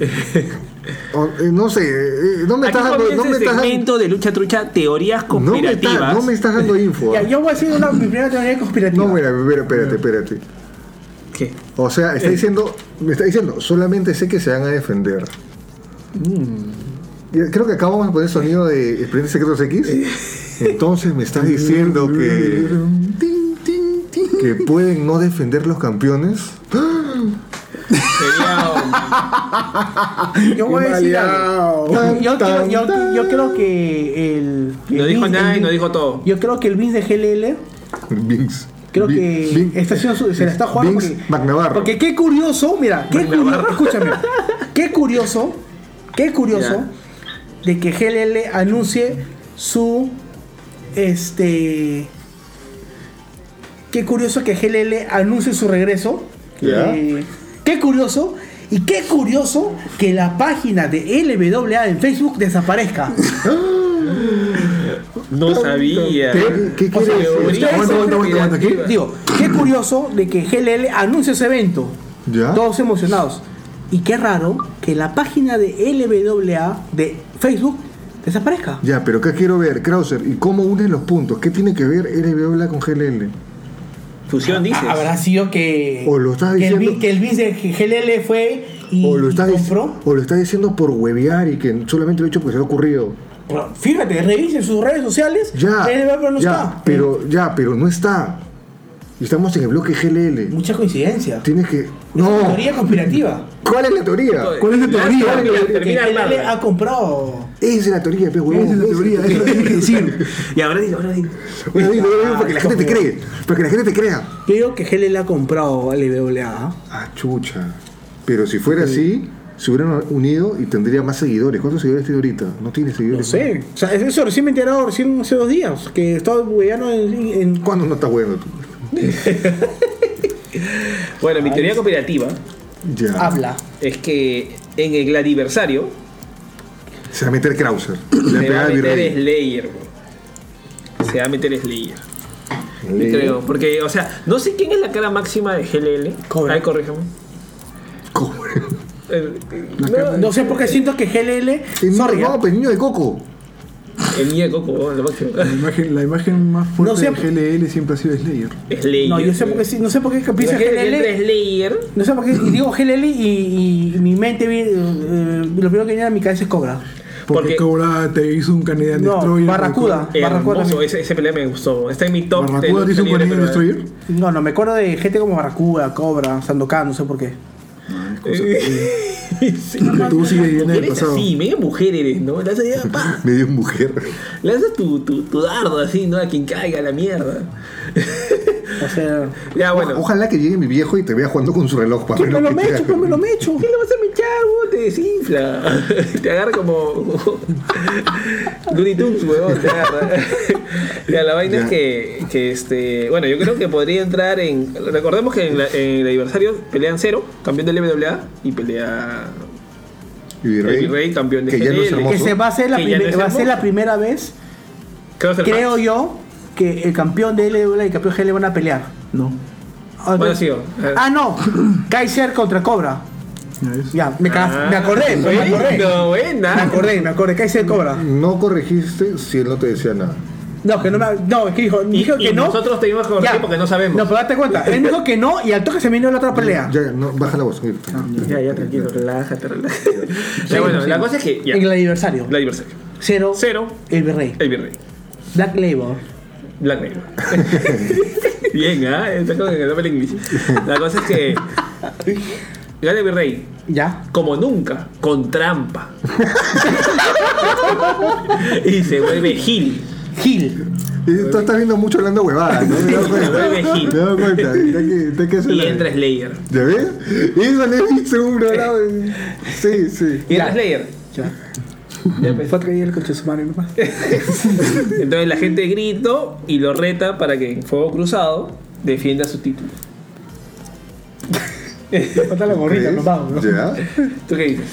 A: o- eh, no sé, eh, no me
B: Aquí
A: estás dando,
B: comienza
A: no me
B: el
A: estás
B: segmento de lucha trucha teorías
A: no me, estás-
B: conspirativas.
A: no me estás dando info.
C: Ya,
A: ah.
C: yo voy a decir una, mi primera teoría conspirativa.
A: No, mira, mira, espérate, espérate.
B: ¿Qué?
A: O sea,
C: Eh.
A: está diciendo, me está diciendo, solamente sé que se van a defender.
C: Mm.
A: Y eh, Creo que acá vamos a poner sonido de Expedientes Secretos X.
C: Eh.
A: Entonces me estás diciendo que, que pueden no defender los
C: *gasps*
A: campeones.
B: Sería
A: *laughs*
B: un-
C: yo voy a decir algo.
A: Tan,
C: Yo, creo-
A: tan,
C: yo-
A: tan.
C: yo creo que el.
B: No
C: el
B: dijo
C: Vince-
B: nada y
C: el
B: no
C: Vin-
B: dijo todo.
C: Yo creo que el Vince de GLL.
A: Vince.
C: Creo
A: Vin-
C: que
A: Vin-
C: esta acción su- se la está jugando.
A: Vince
C: porque-
A: McNavarro.
C: Porque qué curioso, mira, qué curioso, escúchame, qué curioso, qué curioso
B: Ya.
C: de que GLL anuncie su, este, qué curioso que GLL anuncie su regreso.
A: Ya.
C: Eh, qué curioso. Y qué curioso que la página de LWA en Facebook desaparezca.
B: No sabía.
A: ¿Qué- qué quiere
B: sea,
A: decir?
B: teorías
D: Aguanta, aguanta, aguanta, aguanta, ¿qué?
B: conspirativas.
C: Digo, qué curioso de que GLL anuncie ese evento.
A: Ya.
C: Todos emocionados. Y qué raro que la página de LWA de Facebook desaparezca.
A: Ya, pero acá quiero ver, Krauser, ¿y cómo unen los puntos? ¿Qué tiene que ver LBO con GLL?
B: Fusión dices.
C: Ah, Habrá sido que.
A: O lo estás
C: que el
A: diciendo-
C: vi- Que el bis de GLL fue y
A: O lo, estás, dic-
C: compró.
A: o lo estás diciendo por huevear y que solamente lo he hecho porque se le ha ocurrido.
C: Pero Fíjate, revisen sus redes sociales.
A: Ya,
C: LWA pero no
A: ya,
C: está.
A: pero ya, pero no está. Y estamos en el bloque GLL.
C: Mucha coincidencia.
A: Tienes que no.
C: Teoría conspirativa.
A: ¿Cuál es la teoría?
D: ¿Cuál es la
B: Ya,
D: teoría?
B: teoría, termina
C: que GLL
B: armarla.
C: ha comprado.
A: Esa es la teoría, pe huevón.
D: Esa es la teoría, eso es lo
C: *laughs*
D: que tienes que decir.
B: Y ahora digo, ahora digo.
A: *laughs* Bueno, digo, digo, para que la
C: Ah,
A: gente te
C: Dios mío.
A: cree, para que la gente te crea.
C: Yo digo que GLL ha comprado LWA.
A: Ah, chucha. Pero si fuera así, se hubieran unido y tendría más seguidores. ¿Cuántos seguidores tiene ahorita? No tiene
C: No
A: seguidores.
C: sé. O sea, eso recién me he enterado recién hace dos días. Que estaba huellando en, en-
A: ¿Cuándo no estás bueno tú?
B: Bueno, mi teoría cooperativa
A: Ya.
C: Habla.
B: es que en el gladiversario
A: Se va a meter Krauser. Le va a
B: se va
A: pegar
B: a
A: al
B: meter
A: virrey.
B: Slayer, bro. Se va a meter Slayer. Yo creo, porque, o sea, no sé quién es la cara máxima de GLL.
C: Cobra.
B: Ay, corríjame.
A: Cobre.
B: El,
C: No, no sé por qué siento que GLL.
A: No,
C: Sorry,
A: no,
C: ¿ah?
A: pero niño de coco.
B: el niño de Coco, oh, lo máximo.
D: La imagen, la imagen más fuerte
C: No sé.
D: de GLL siempre ha sido Slayer.
B: Slayer.
C: no, yo sé por qué
B: sí.
C: sí- no sé por qué que pienso en
B: Entre
C: GLL.
B: Slayer.
C: No sé por qué y digo GLL y, y mi mente vi- eh, lo primero que viene a mi cabeza es Cobra.
D: Porque,
B: Porque-
D: Cobra te hizo un Canadian
C: No,
D: Destroyer.
C: Barracuda. Barracuda
B: Hermoso,
C: también.
B: ese, ese pelea me gustó. Está en mi top. de
D: Barracuda te
B: lucha
D: hizo un
B: libre,
D: Canadian
B: pero-
D: Destroyer.
C: No, no, me acuerdo de gente como Barracuda, Cobra, Sandokan, no sé por qué.
B: Eh, *laughs* Sí.
D: Que tú sigues viviendo en el
B: Eres
D: pasado.
B: así, media mujer eres, ¿no? Lanzas, ya, pa,
A: Medio mujer.
B: lanzas tu, tu, tu dardo así, ¿no? A quien caiga, a la mierda. *laughs*
C: O sea.
B: ya, Ah, bueno.
A: Ojalá que llegue mi viejo y te vea jugando con su reloj
B: Ah,
A: para
C: ¿Quién pues me lo mecho? ¿Quién me lo mecho?
B: ¿Qué le vas a mechar, vos? Te desinfla. *laughs* Te agarra como. *laughs* Looney Tunes, huevón, te agarra. *laughs* ya, la vaina
A: Ya.
B: es que, que este. Bueno, yo creo que podría entrar en. Recordemos que en, la- en el aniversario pelean cero, campeón del MWA, y pelea.
A: Y Virrey,
B: El Virrey, campeón de
A: que ya no es
B: GLL.
A: hermoso.
C: Que se va a ser la,
B: Que ya no
C: primer-
B: es
C: va a ser
B: hermoso.
C: la primera vez,
B: Creo, que es el
C: creo
B: match.
C: yo, que el campeón de LWA y el campeón GLL van a pelear.
D: No.
C: Ah,
B: Bueno,
C: no.
B: sí, o-
C: Ah, no. Kaiser contra Cobra.
D: ¿Ya ves?
C: Ya, me, ca- me acordé, me
B: Ah. Bueno,
C: acordé.
B: buena.
C: Me acordé, me acordé. Kaiser Cobra.
A: No corregiste si él no te decía nada.
C: No, que no me. No, es que dijo,
B: Y-
C: dijo
B: y
C: que no.
B: Nosotros te dimos
C: Ya.
B: corregir porque no sabemos.
C: No, pero date cuenta. Él dijo que no y al toque se vino la otra pelea.
A: Ya, no, baja la voz. mira.
B: Ya, ya, tranquilo, relájate, relájate. ya, bueno, la cosa es que. Ya.
C: En el aniversario.
B: La adversario.
C: Cero.
B: Cero,
C: El Virrey.
B: el virrey.
C: Black Label. *laughs*
B: Black Mirror. Bien, ¿ah? Está con el nombre en inglés. La cosa es que. Gana el virrey,
C: Ya.
B: como nunca, con trampa. *laughs* y se vuelve Gil.
C: Gil.
A: Y Tú estás viendo mucho hablando huevadas. ¿no?
B: *laughs*
A: Me he dado cuenta.
B: Vuelve
A: Me he
B: Gil.
A: dado cuenta. Mira que- mira que se
B: Y
A: la-
B: entra Slayer.
A: ¿Ya ves? Eso le hice un programa. de- Sí, sí.
B: Y entra Slayer.
C: Ya.
B: Ya, pues.
C: Fue a traer el coche de su *laughs* madre nomás.
B: Entonces la gente grito y lo reta para que en fuego cruzado defienda su título.
C: Falta la gorrita, nos vamos. ¿no?
A: ¿Ya?
B: ¿Tú qué dices?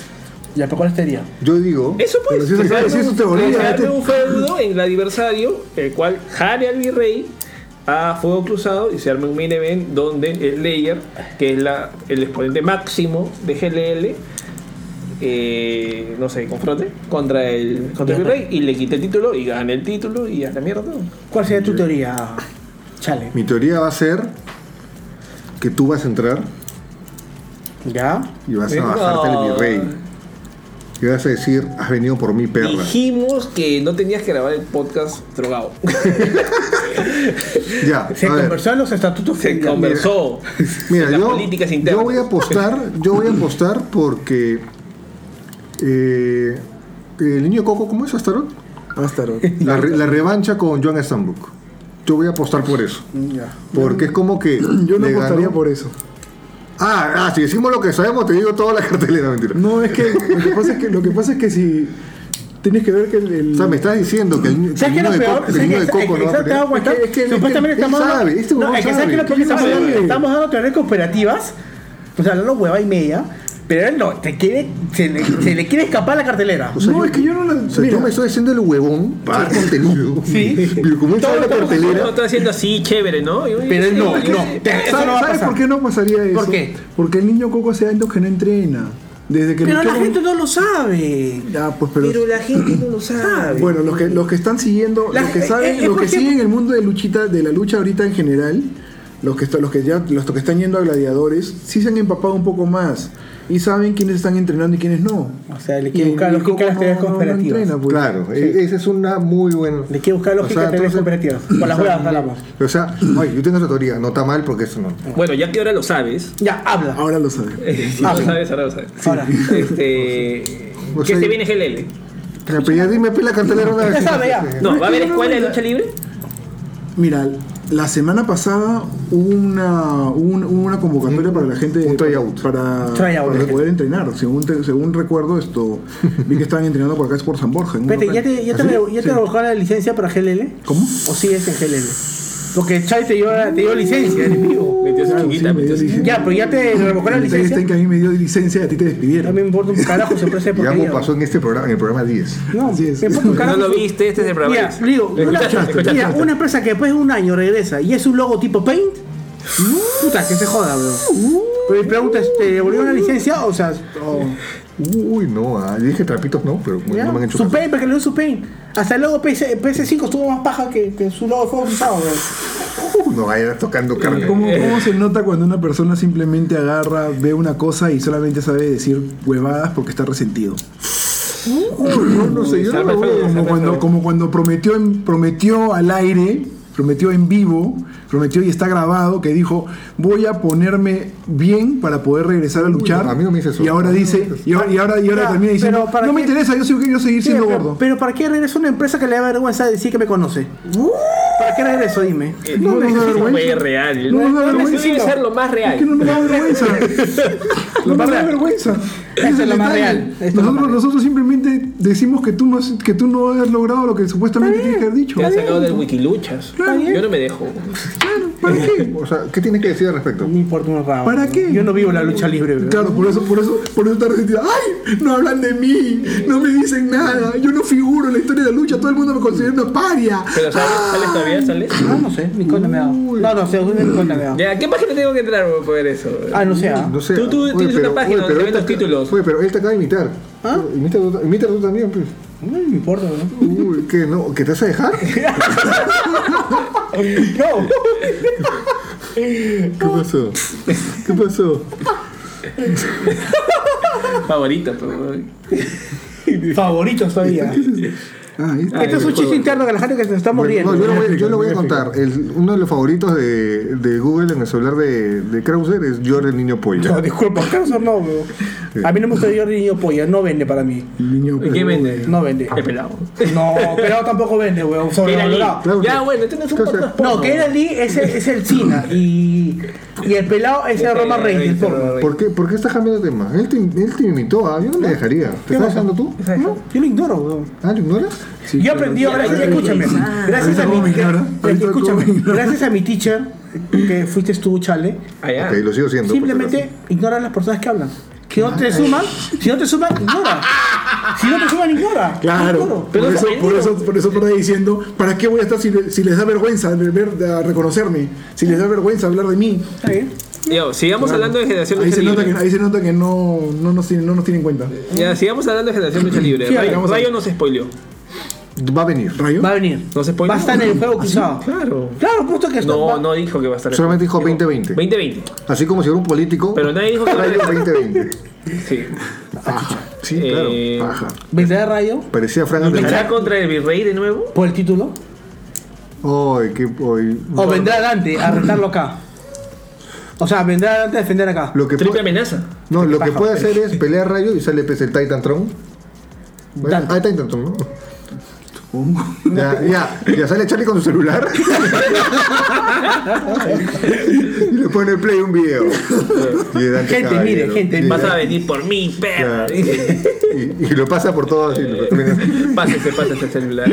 C: Ya, pero ¿cuál sería?
A: Yo digo.
B: Eso pues.
A: pero si eso-
B: crearme
A: si eso
B: un-
A: te olvida,
B: crearme
A: este-
B: un feudo en el aniversario, el cual jale al virrey a fuego cruzado y se arme un main event donde el Layer, que es la, el exponente máximo de GLL, eh, no sé, confronte contra el, contra el virrey y le quite el título y gane el título y a la mierda todo.
C: ¿Cuál sería tu teoría? Chale.
A: Mi teoría va a ser que tú vas a entrar
C: ¿Ya?
A: y vas a
B: No.
A: bajarte al virrey. Y vas a decir, has venido por mi perra.
B: Dijimos que no tenías que grabar el podcast
A: *laughs*
B: drogado.
A: Ya,
C: Se
A: a ver.
C: conversó en los estatutos.
B: Se
C: Ya,
B: conversó.
A: *laughs* Mira,
B: las
A: yo,
B: políticas internas.
A: yo voy a apostar, yo voy a apostar porque eh, el niño Coco, ¿cómo es Astaroth?
D: Astaroth.
A: La, re- la revancha con Joan Stambrook. Yo voy a apostar por eso.
D: Ya.
A: Porque es como que.
D: Yo no
A: le
D: apostaría
A: ganó-
D: por eso.
A: Ah, ah, si decimos lo que sabemos, te digo toda la cartelera, mentira.
D: No, es que lo que pasa es que, lo que, pasa es que si tienes que ver que el... el-
A: O sea, me estás diciendo que el, ni- que el
C: ¿Sabes qué es
A: niño
C: lo
A: de
C: peor?
A: Coco, el
C: ¿Sabes
A: niño
C: qué?
A: de Coco no va a
C: ¿Sabes- te vas a
A: pelear?
C: aguantar?
A: Es que- es que
C: Supuestamente
A: él
C: estamos hablando.
A: sabe, este
C: No,
A: huevón
C: es que ¿sabes
A: sabe.
C: qué es lo peor que estamos
A: Sabe.
C: hablando? Estamos dando teorías cooperativas. O sea, hablando hueva y media. Pero él no, te quiere, se, le, se le quiere escapar la cartelera.
A: O sea,
D: No, es que yo no la-
A: o sea,
D: mira.
A: yo me estoy haciendo el huevón para el contenido.
C: *laughs* Sí.
A: Pero como él sabe la
B: No
A: cartelera.
B: está haciendo así, chévere, ¿no? Y-
C: Pero él no,
B: y-
C: no.
B: y-
C: Te- Eso
D: ¿Sabes
C: no va a
D: sabes
C: pasar.
D: por qué no pasaría eso?
C: ¿Por qué?
D: Porque el niño Coco hace años que no entrena. Desde que
C: Pero
D: luchó
C: la
D: con-
C: gente no lo sabe.
D: Ya, pues, pero...
B: la gente no lo sabe.
D: Bueno, los que, los que están siguiendo,
C: La-
D: los que
C: eh, eh,
D: saben,
C: es
D: los que
C: porque-
D: siguen el mundo de luchita, de la lucha ahorita en general, los que está- los que ya, los que están yendo a gladiadores, sí se han empapado un poco más y saben quiénes están entrenando y quiénes no.
C: O sea, le
D: Y
C: quiere buscar,
D: el
C: le quiere buscar las
D: Coco
C: teorías
D: no- no
C: cooperativas.
D: entrena, pues.
A: Claro, e- esa es una muy buena.
C: Le quiere buscar lógica
A: O sea,
C: a teorías
A: entonces-
C: cooperativas. Por las huevas hablamos.
A: O sea, ay, yo tengo esa teoría, no está mal porque eso no.
B: Bueno, ya que ahora lo sabes. *laughs*
C: Ya, habla.
D: Ahora lo saben.
C: Eh,
B: Si lo sabes, ahora lo sabes.
C: Ahora.
B: Este.
A: O
D: Pues
B: ¿Qué
A: sea,
B: se viene GLL?
A: Ya, pero ya dime pues, la cartelera una vez.
C: Ya sabe, ya.
B: No, ¿va a haber
D: no, no,
B: escuela de
D: no,
B: lucha libre?
D: Mira, la semana pasada hubo una, hubo un- hubo una convocatoria para la gente
A: un tryout.
D: para,
C: Tryout.
D: para poder entrenar. Según te- según
C: *laughs*
D: recuerdo esto, vi que estaban entrenando por acá es por San Borja. en un
C: Vete, ¿ya
D: local.
C: te, ya te,
D: ¿Ah, sí?
C: ya te revocó la licencia para GLL?
D: ¿Cómo?
C: ¿O sigues en GLL? Porque Chai te dio, te dio licencia, eres vivo.
B: Metió su
D: Claro,
B: chuquita,
D: sí, me
B: metió
D: dio
B: su-
D: licencia.
C: Ya, pero ya te revocó la
D: El detalle está
C: licencia.
D: en que a mí me dio licencia y a ti te
C: No
D: despidieron.
C: me importa un carajo su empresa de
A: Ya
C: porquería.
A: como pasó en este programa, en el programa 10.
C: No,
D: Así es.
C: me importa un
D: No
C: carajo.
B: No lo
C: su-
B: viste, este es el programa.
C: Mira, digo, una,
B: Escuchaste,
C: mira,
B: escuchaste.
C: una empresa que después de un año regresa y es un logo tipo Paint, puta, que se joda, bro. Pero mi pregunta es, ¿te devolvió una licencia? O sea, o-
A: Uy, no, ah, yo dije trapitos no, pero
C: ya,
A: no me han hecho
C: su
A: caso.
C: Paint, porque le dio su Paint. Hasta el logo PS, 5 estuvo más paja que, que su logo fue usado, bro.
A: Uy, No, ahí era tocando carne.
D: ¿Cómo, cómo se nota cuando una persona simplemente agarra, ve una cosa y solamente sabe decir huevadas porque está resentido?
A: No, no sé, yo no
B: Salva
A: lo veo.
B: el fuego, salva
D: Como
B: el
D: cuando,
B: fuego.
D: como cuando prometió, en- prometió al aire, prometió en vivo, prometió y está grabado que dijo voy a ponerme bien para poder regresar a luchar.
A: a mí no me dice eso.
D: Y ahora
A: A mí no
D: dice,
A: me dice
D: y ahora, y ahora, y ahora
C: Ya,
D: termina diciendo,
C: pero ¿para
D: no me
C: qué?
D: interesa, yo sigo quiero seguir
C: Sí,
D: siendo
C: pero,
D: gordo.
C: pero ¿para qué regreso a una empresa que le da vergüenza decir que me conoce? ¿Para qué regreso? Dime.
B: Eh, No,
D: no,
B: eso sí
D: vergüenza.
B: fue real.
D: No, no,
B: Eso
D: vergüenza.
B: debe ser lo más
D: Es que
B: real.
D: no nos da vergüenza. no nos da
C: real.
D: vergüenza. Ese
C: es
D: el
C: lo más
D: detalle.
C: real. Esto es lo más
D: Nosotros,
C: real.
D: nosotros simplemente decimos que tú, no has, que tú no has logrado lo que supuestamente tienes que haber dicho.
B: Te han sacado del Wikiluchas.
D: Claro.
B: Yo no me dejo.
D: Claro, ¿para qué?
A: O sea, ¿qué tienes que decir al respecto?
C: No me importa un rabo.
D: ¿Para qué?
C: Yo no vivo la lucha libre, bro.
D: Claro, por eso, por eso, por eso está resentida. ¡Ay! No hablan de mí, no me dicen nada, yo no figuro en la historia de la lucha, todo el mundo me considera una paria.
B: Pero ¿sales, sales todavía? ¿Sales?
C: No, no sé, ni cuenta me da. No, no sé, ni cuenta me da.
B: Ya, ¿qué página tengo que entrar para poder eso?
C: Ah, no sé. ah.
A: No sé.
B: Tú- tú
A: Oye,
B: tienes una página
A: pero
B: donde te
A: él
B: ven los
A: te-
B: títulos.
A: Oye, pero él te acaba de imitar.
C: ¿Ah?
A: Imita, tú- imita tú también,
B: *laughs*
A: pues.
C: No me importa, bro.
A: Uy, ¿qué no? ¿Que te vas a dejar? ¿Qué
C: *laughs* No. *laughs*
D: *laughs*
A: pasó? ¿Qué pasó?
B: Favorito, pero.
C: Favoritos todavía.
D: Ah, ahí está.
C: Este es un chiste interno que la gente que se está muriendo.
A: No, yo, lo voy,
D: explicar,
A: yo lo voy a
D: voy a
A: contar. El- uno de los favoritos de, de Google en el celular de, de Krauser es Yo era el niño
C: No,
A: polla.
C: disculpa, Carlos no, bro. A mí no me gusta yo niño polla, no vende para mí.
D: El niño
B: ¿Y qué
D: peludo.
B: vende?
C: No *laughs* vende.
B: El pelado.
C: No, pero tampoco vende, weón.
B: Era
C: Sobrevalorado.
B: Lee. Ya, bueno, este no es un
A: Claro,
B: podcast
C: No,
B: porno.
C: que era Lee es el, es el China y, y el pelado es el Roma Rey del porno.
A: ¿Por qué, ¿Por qué estás cambiando de tema? Él te, él te imitó, ah, yo no le dejaría. ¿Te estás dejando tú?
C: No, yo lo ignoro, weón.
A: ¿Ah, lo ignoras?
D: Sí,
C: yo
D: claro.
C: aprendí, gracias,
B: ya,
C: escúchame,
B: ya.
C: gracias a
D: Ahorita
C: mi,
D: vamos a ignorar,
C: gracias-
D: ahorita
C: escúchame,
D: vamos a ignorar.
C: gracias a mi teacher que fuiste tú, Chale,
B: Allá.
A: Ok, lo sigo siendo. por si
C: simplemente ignora a las personas que hablan. Si no te suman, si no te suman, ignora. Si no te suman, *laughs* ignora.
D: Claro,
C: Ignoro.
D: por eso,
B: Pero-
D: por eso, por eso por ahí diciendo, ¿para qué voy a estar si, le- si les da vergüenza de ver, de reconocerme? Si les da vergüenza hablar de mí.
C: Está bien.
B: Ya, sigamos hablando de generación
D: Ahí
B: lucha
D: se nota que,
B: libre.
D: ahí se nota que no, no, nos, tienen- no nos tienen en cuenta.
B: Ya, sigamos hablando de generación lucha libre.
C: Sí,
B: Rayo,
D: vamos a-
B: Rayo nos spoileó.
A: acaso. Va a venir.
D: ¿Rayo? *laughs*
C: Va a venir.
B: No se spoile.
C: Va a estar en el juego cruzado.
B: Claro.
C: ¿Ah, Claro, justo que está.
B: No,
C: va-
B: no dijo que va a estar.
A: Solamente dijo 2020.
B: 2020.
A: Así como si fuera un político.
B: Pero nadie dijo que era-
A: Rayo 2020.
B: Sí.
A: Sí, claro.
B: Eh,
A: Paja.
C: ¿Vendrá de rayo?
A: Parecía Frank Antequera.
B: ¿Luchará contra el virrey de nuevo?
C: ¿Por el título?
A: Ay, qué. ay.
C: ¿O vendrá Dante a retarlo acá? O sea, vendrá Dante a defender acá.
A: Lo que
B: Triple
A: puede,
B: amenaza.
A: no, lo que
C: Paja.
A: puede hacer es pelear Rayo y sale pues, el Titan Tron.
C: Dante.
A: Ah, Titan Tron, ¿no?
D: Supongo.
A: Ya, ya, ya sale Charlie con su celular. y le pone play un video. Y Dante
C: Gente,
A: Caballero.
C: mire, gente,
A: Y-
B: Vas a venir por mí, perra.
A: ya, y, y lo pasa por todo así. lo termina-
B: Pásese, pásese el celular.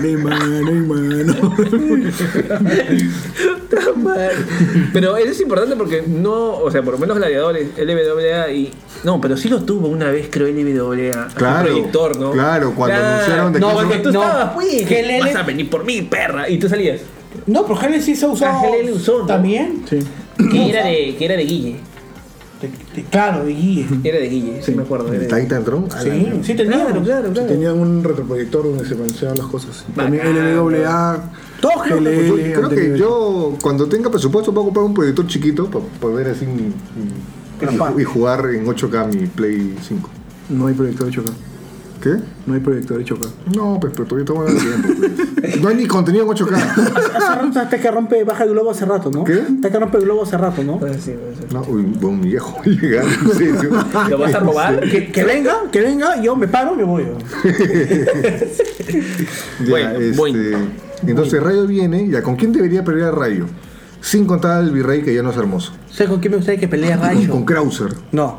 D: De mano en mano.
B: Está mal. Pero eso es importante porque no, o sea, por lo menos gladiadores, LWA y. No, pero sí lo tuvo una vez, creo, LWA. Así,
A: Claro,
B: Proyector, ¿no?
A: claro, cuando anunciaron de
B: No,
A: que-
B: porque tú
C: no.
B: estabas, pues.
C: Que el L-
B: Vas a venir por mí, perra. Y tú salías.
C: No, pero Helen sí se ha usado.
B: Ah, Helen usó, ¿no?
C: ¿También?
D: Sí.
B: Que era de, que era de Guille.
C: Te- te- claro, de Guille.
B: Era de Guille, sí, me acuerdo.
A: El
B: Era de...
A: Titan Tron. a la-
C: Sí, sí tenía.
B: Claro, claro, claro.
D: Tenían un retroproyector donde se balanceaban las cosas. También
B: Bacán,
D: LWA,
C: Todos creo
A: Yo
C: que-
D: GLL,
A: creo que
D: anteriores.
A: yo, cuando tenga presupuesto, voy a comprar un proyector chiquito para poder así. mm,
C: Pero
A: Y,
C: pa-
A: y jugar en 8K mi Play 5.
D: No hay proyector de choca.
A: ¿Qué?
D: No hay proyector de choca.
A: No, pues, pero todavía estamos en el tiempo. pues. No hay ni contenido en 8K.
C: Hace rato hasta que rompe, baja el globo hace rato, ¿no?
A: ¿Qué?
C: Hasta que rompe el globo hace rato, ¿no?
B: Ah, sí, sí.
A: No, uy, un viejo. *laughs* Llegar, en serio.
B: ¿Lo vas a robar?
C: Que, que venga, que venga, yo me paro, me voy.
A: Ya,
B: Bueno,
A: este,
B: bueno.
A: Entonces Rayo viene, ya con quién debería pelear Rayo, sin contar al virrey que ya no es hermoso,
C: ¿Sabes con quién me gustaría que pelee
A: con,
C: Rayo?
A: con Krauser.
C: No.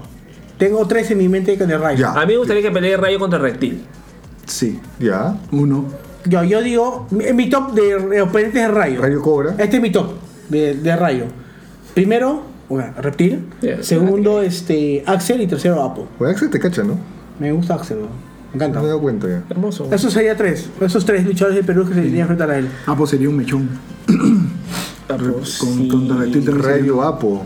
C: Tengo tres en mi mente con el Rayo.
A: Ya.
B: A mí me gustaría que pelee Rayo contra Reptil.
D: Sí.
A: Ya,
D: Uno.
C: Yo, yo digo, mi, mi top de re- oponentes de Rayo.
A: Rayo cobra.
B: Eh.
C: Este es mi top de, de Rayo. Primero, bueno, Reptil.
B: Yeah.
C: Segundo, este, Axel. Y tercero, Apo.
A: Bueno, Axel te cacha, ¿no?
C: Me gusta Axel, weón. me
A: No me he
C: encanta.
A: dado cuenta ya.
B: Hermoso.
C: Esos sería tres. Esos tres luchadores de Perú que se tenían frente a él.
D: Ah, pues sería un mechón.
B: Ah,
D: Con,
B: pues, sí.
D: Contra el Tilter
A: Rayo Apo,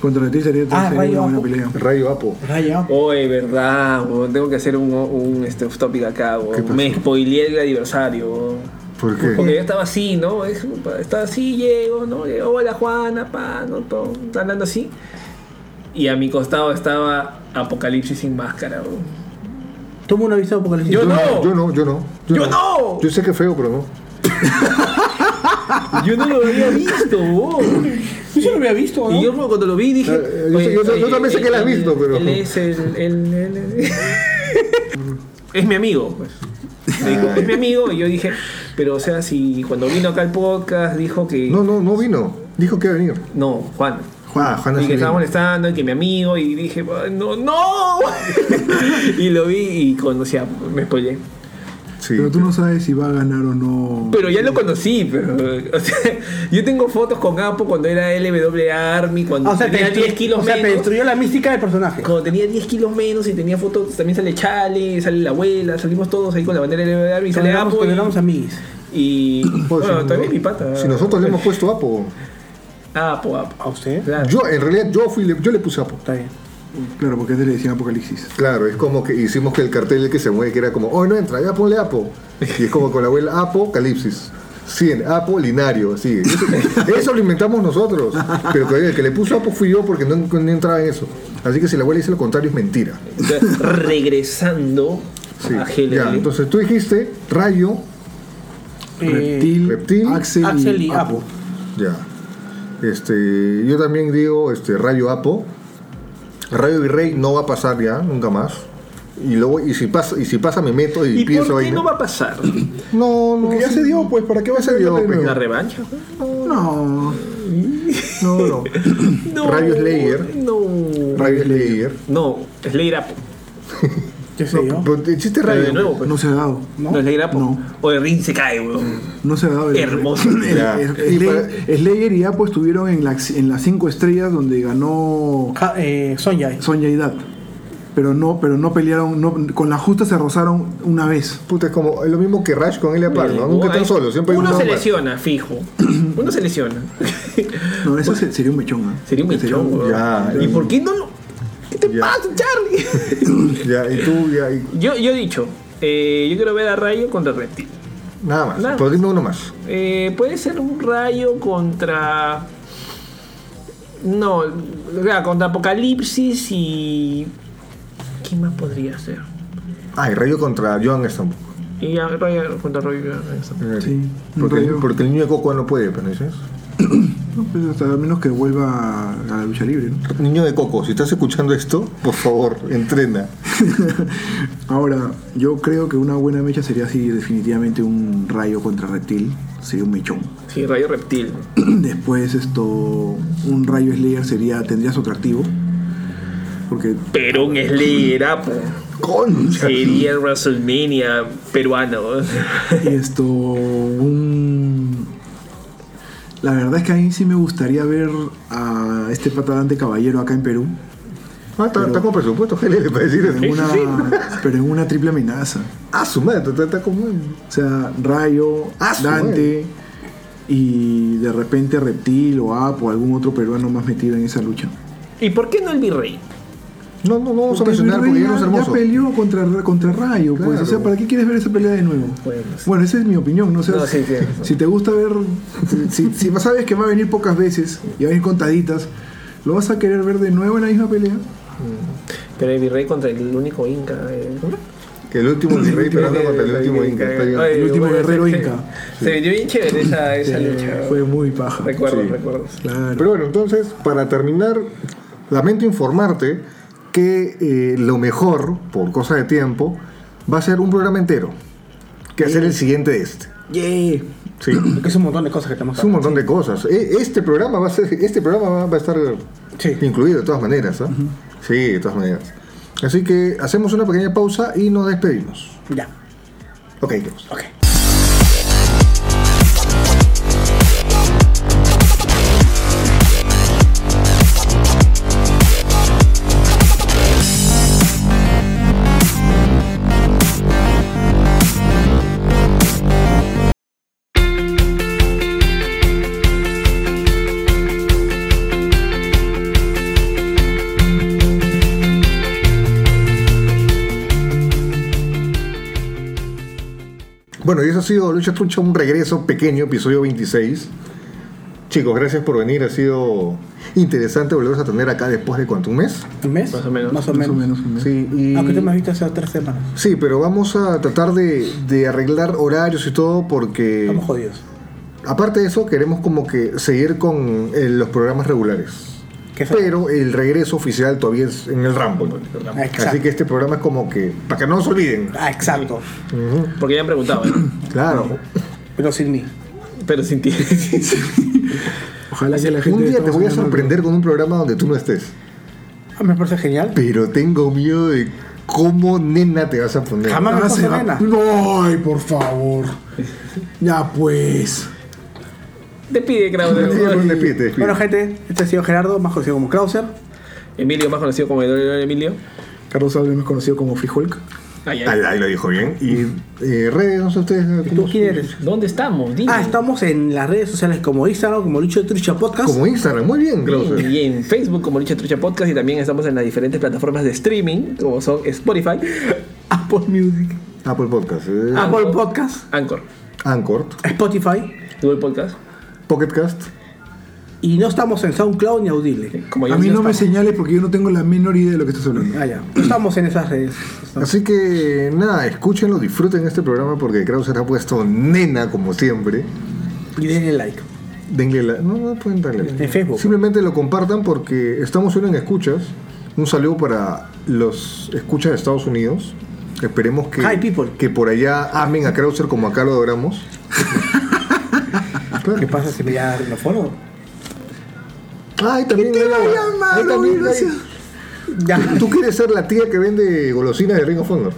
D: Contra el Tilter sería,
C: Ah,
D: sería
C: Rayo
D: una buena
C: Apo.
D: pelea.
A: Rayo Apo.
C: Rayo, Apo.
B: Oye, verdad, weón, tengo que hacer un, un este, off topic acá, weón.
A: ¿Qué pasó?
B: Me spoileé el aniversario, weón.
A: ¿Por qué?
B: Porque yo estaba así, ¿no? Es- Estaba así, llego, ¿no? Llego, Hola Juana, pa, ¿no? Todo, hablando así. Y a mi costado estaba Apocalipsis sin máscara, weón.
C: Toma una vista porque
B: Yo no.
A: Yo no, yo no.
B: ¡Yo no!
A: Yo sé que es feo, pero no.
B: Yo no lo había visto, weón.
C: Yo se lo había visto,
B: Y yo cuando lo vi dije.
A: Eh, yo sé-
B: "Oye,
A: yo sé- yo
B: oye,
A: también sé
B: él-
A: que la has
B: él-
A: visto, pero-
B: Él es el. el- el- el- *laughs* es mi amigo, pues. Me dijo, es mi amigo, y yo dije, pero o sea, si cuando vino acá al podcast dijo que.
A: No, no, no vino. Dijo que iba a venir.
B: No, Juan.
A: Juan, Juan
B: Y
A: Ah, sí
B: que estaba
A: vino.
B: molestando, y que mi amigo, y dije, "Ay, no, no. *laughs* y lo vi y conocí a. Me spoilé.
A: Sí.
D: Pero tú no sabes si va a ganar o no.
B: Pero ya lo conocí, pero. O sea, yo tengo fotos con Apo cuando era LWA Army, cuando
C: O sea, te
B: tenía
C: destruyó,
B: 10 kilos
C: o sea, te
B: menos.
C: destruyó la mística del personaje.
B: Cuando tenía 10 kilos menos y tenía fotos, también sale Chale, sale la abuela, salimos todos ahí con la bandera de Army, sale
C: Toleramos,
B: Apo y,
C: toleramos amiguis.
B: y
A: *clears throat* Pues,
B: bueno,
A: si
B: todavía
A: no-
B: es mi pata. Ah,
A: Si nosotros le hemos puesto Apo.
B: Apo, Apo.
C: ¿A usted?
B: Claro.
A: Yo, en realidad, yo fui, yo le puse Apo.
C: Está bien.
D: Claro, porque antes le decían Apocalipsis.
A: Claro, es como que hicimos que el cartel que se mueve, que era como, hoy no entra, ya ponle Apo. Y es como con la abuela Apo, Calipsis. 100, Apo, Linario, así. Eso, eso lo inventamos nosotros. Pero que el que le puso Apo fui yo porque no, no entraba en eso. Así que si la abuela dice lo contrario es mentira.
B: Entonces, regresando
A: Sí.
B: Ágil,
A: ya,
B: ágil.
A: entonces tú dijiste rayo,
C: Eh,
B: Eh,
D: Reptil,
A: Reptil,
D: Axel,
C: Axel
D: y
C: y
D: Apo.
C: Apo.
A: ya. Este, yo también digo este rayo Apo. Rayo Virrey no va a pasar ya, nunca más. Y luego, y si pasa, y si pasa me meto y,
B: ¿Y
A: pienso
B: por qué
A: vaina.
B: no va a pasar?
A: No, no.
D: Porque ya
A: sí.
D: se dio, pues, ¿para qué va a
A: Ya se
D: ser
A: dio,
D: de
A: pues,
D: nuevo?
B: ¿La revancha?
D: No. No,
A: *laughs*
D: no.
B: No.
A: Rayo Slayer.
B: No.
A: Rayo Slayer.
B: No, Slayer Apo.
C: ¿Qué sé yo?
A: Pero te hiciste
B: Pero
A: rayo.
B: de nuevo, pues.
D: No se ha dado.
B: No, Slayer Apo.
D: No.
B: O el Rin se cae, weón.
D: No se ha dado. el-
B: Hermoso.
D: el-
A: Ya.
D: el-
A: Y
D: Slayer, Slayer y Apo estuvieron en, la- en las cinco estrellas donde ganó
C: Ja- eh, Sonja.
D: Sonia y Dat. Pero no, pero no pelearon, no, con la justa se rozaron una vez.
A: Puta, es como es lo mismo que Rash con Elia Park, ¿no?
B: Hay-
A: Nunca están solos, siempre hay
B: Uno
A: uno
B: se
A: más.
B: lesiona, fijo. Uno
A: *clears throat*
B: se lesiona.
D: No, eso se- sería un mechón. ¿ah?
B: Sería un mechón, weón.
A: ya,
B: ¿Y
A: ya.
B: por qué no lo.? ¿Qué te
A: Ya.
B: pasa, Charlie?
A: Ya, y tú, ya, y
B: *laughs* yo, yo he dicho, eh, yo quiero ver a Rayo contra Reptil.
A: nada más.
B: Nada.
A: Pero dime uno más.
B: Eh, puede ser un rayo contra. No, o sea, contra Apocalipsis y. ¿Qué más podría ser?
A: Ah, y rayo contra Joan Estambo.
B: Y a- rayo contra rayo. eso.
D: Sí, un
A: Porque,
D: rayo.
A: porque el niño de Coco no puede, pero dices.
D: No, pues, hasta al menos que vuelva a la lucha libre. ¿no?
A: Niño de Coco, si estás escuchando esto, por favor, entrena.
D: *laughs* Ahora, yo creo que una buena mecha sería así, definitivamente un rayo contra reptil, sería un mechón. *clears throat*
B: Sí, rayo reptil.
D: Después esto, un rayo Slayer sería, tendría su atractivo, porque *laughs*
B: Pero un Slayer *laughs* Apo.
A: Concha.
B: Sería el WrestleMania peruano. *laughs*
D: y esto, un... La verdad es que a mí sí me gustaría ver a este patadante caballero acá en Perú,
A: Ah, está, está con presupuesto, ¿qué le para decir
D: pero en
A: eso?
D: una, *laughs* pero en una triple amenaza.
A: Ah, su madre, está, está como.
D: O sea, Rayo,
A: Ah, su
D: Dante y de repente Reptil o Apo o algún otro peruano más metido en esa lucha.
B: ¿Y por qué no el virrey?
A: No, no, no vamos a
D: Porque
A: mencionar porque
D: Virrey
A: ya no es
D: ya-
A: hermoso.
D: Ya peleó contra, contra Rayo, pues.
A: Claro.
D: O sea, ¿para qué quieres ver esa pelea de nuevo?
B: Bueno, sí.
D: Bueno, esa es mi opinión, ¿no? O sea,
B: No, sí, sí, sí.
D: si te gusta ver. Si, si sabes que va a venir pocas veces y va a venir contaditas, ¿lo vas a querer ver de nuevo en la misma pelea?
B: Pero el virrey contra el único Inca. eh, ¿cómo era?
A: Que el último virrey peleando contra el último Inca. está bien.
B: Oye,
D: El último
B: bueno,
D: guerrero
B: se- se-
D: inca.
B: Se vendió bien chévere esa, esa
D: Eh,
B: lucha.
D: Fue muy paja.
B: Recuerdos,
A: Sí.
B: recuerdos.
D: Claro.
A: Pero bueno, entonces, para terminar, lamento informarte que eh, lo mejor, por cosa de tiempo, va a ser un programa entero, que va a ser el siguiente de este.
C: Yeah.
A: Sí.
C: Porque es un montón de cosas que tenemos
A: Es
C: que
A: un
C: hablar.
A: montón de cosas. E- Este programa va a ser, este programa va- va a estar
C: Sí.
A: incluido de todas maneras, ¿ah? Sí, de todas maneras. Así que hacemos una pequeña pausa y nos despedimos.
C: Ya.
A: Ok, pues.
C: Ok.
A: Bueno, y eso ha sido Lucha Trucha, un regreso pequeño, episodio 26. Chicos, gracias por venir. Ha sido interesante volverlos a tener acá después de cuánto, un mes.
C: ¿Un mes?
B: Más o menos.
C: Más o
D: Más o
C: menos.
D: menos. un mes.
A: Sí, y-
C: Aunque tú me has visto hace tres semanas.
A: Mm. sí, pero vamos a tratar de, de arreglar horarios y todo porque,
C: Estamos jodidos.
A: aparte de eso, queremos como que seguir con eh, los programas regulares.
C: ¿Qué fue?
A: Pero el regreso oficial todavía es en el Rumble.
C: Exacto.
A: Así que este programa es como que, para que no se olviden.
C: Ah, exacto.
B: Porque ya han preguntado, ¿eh?
A: Claro.
C: Pero sin mí.
B: pero sin ti. *laughs*
D: Ojalá que la gente.
A: un
D: de
A: día te
D: Estados
A: voy a
D: Unidos no-
A: sorprender con un programa donde tú no estés.
C: Ah, me parece genial.
A: Pero tengo miedo de cómo nena te vas a poner.
C: Jamás me
D: Ah, se
C: puse
D: va.
C: nena.
D: No, ay, por favor. Ya pues.
B: Despide, Crowder.
A: Sí, bueno, despídete, despídete.
C: Bueno, gente, este ha sido Gerardo, más conocido como Krauser.
B: Emilio, más conocido como el Dolor Emilio.
D: Carlos Alves, más conocido como Frijolk.
B: Ay, ay.
A: Ah, Ahí, ahí lo dijo bien. Y eh, redes, no sé ustedes.
C: ¿Tú
A: ¿cómo
C: quién
A: son?
C: eres?
B: ¿Dónde estamos? Dime.
C: Ah, estamos en las redes sociales como Instagram, como Lucho de Trucha Podcast.
A: Como Instagram, muy bien, Krauser.
B: Y en Facebook como Lucha Trucha Podcast y también estamos en las diferentes plataformas de streaming como son Spotify,
C: Apple Music,
A: Apple Podcast, eh,
B: Ah.
C: Apple Podcast,
B: Anchor,
A: Anchor,
C: Spotify,
B: Google Podcast,
A: Pocket Cast,
C: Y no estamos en SoundCloud ni Audible.
B: Como yo
D: A mí
B: decía,
D: no me
B: estamos-
D: señales porque yo no tengo la menor idea de lo que estás hablando.
C: Ah, ya. No estamos en esas redes.
A: Así que nada, escúchenlo, disfruten este programa porque Krauser ha puesto nena como siempre.
C: Y denle like.
A: Denle la- No, no pueden darle like.
C: En Este, Facebook.
A: Simplemente lo compartan porque estamos solo en escuchas. Un saludo para los escuchas de Estados Unidos. Esperemos que,
C: Hi, people.
A: que por allá amen a Krauser como acá lo
C: *laughs*
A: adoramos.
C: ¿Qué pasa si me ya no fueron?
A: Ay, Ah, también. hay agua. Ay, también hay-
C: Ya.
A: Tú quieres ser la tía que vende golosinas de Ring of Honor.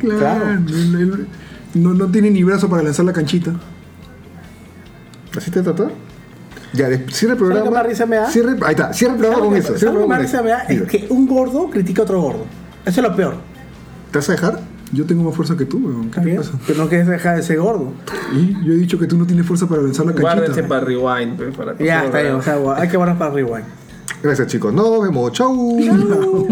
D: Claro.
C: Claro.
D: él- él no, no tiene ni brazo para lanzar la canchita.
A: ¿Así te trata? Ya, de- cierra el
C: ¿Sabes qué
A: programa.
C: más risa me da?
A: Cierra el- ahí está, cierra el programa con eso.
C: ¿Sabes
A: Cierra el
C: lo que
A: programa
C: más
A: con
C: risa
A: eso.
C: me da? Es
A: Mira,
C: que un gordo critica a otro gordo. Eso es lo peor.
A: ¿Te vas a dejar?
D: Yo tengo más fuerza que tú, weón. ¿Qué
C: Está
D: te
C: bien.
D: pasa?
C: Pero no quieres dejar de ser gordo.
D: Y yo he dicho que tú no tienes fuerza para lanzar la
B: Guárdense
D: canchita.
B: para rewind. pues, para
C: Ya, está bien. O sea, hay que guardar para rewind.
A: Gracias, chicos. Nos vemos. Chau.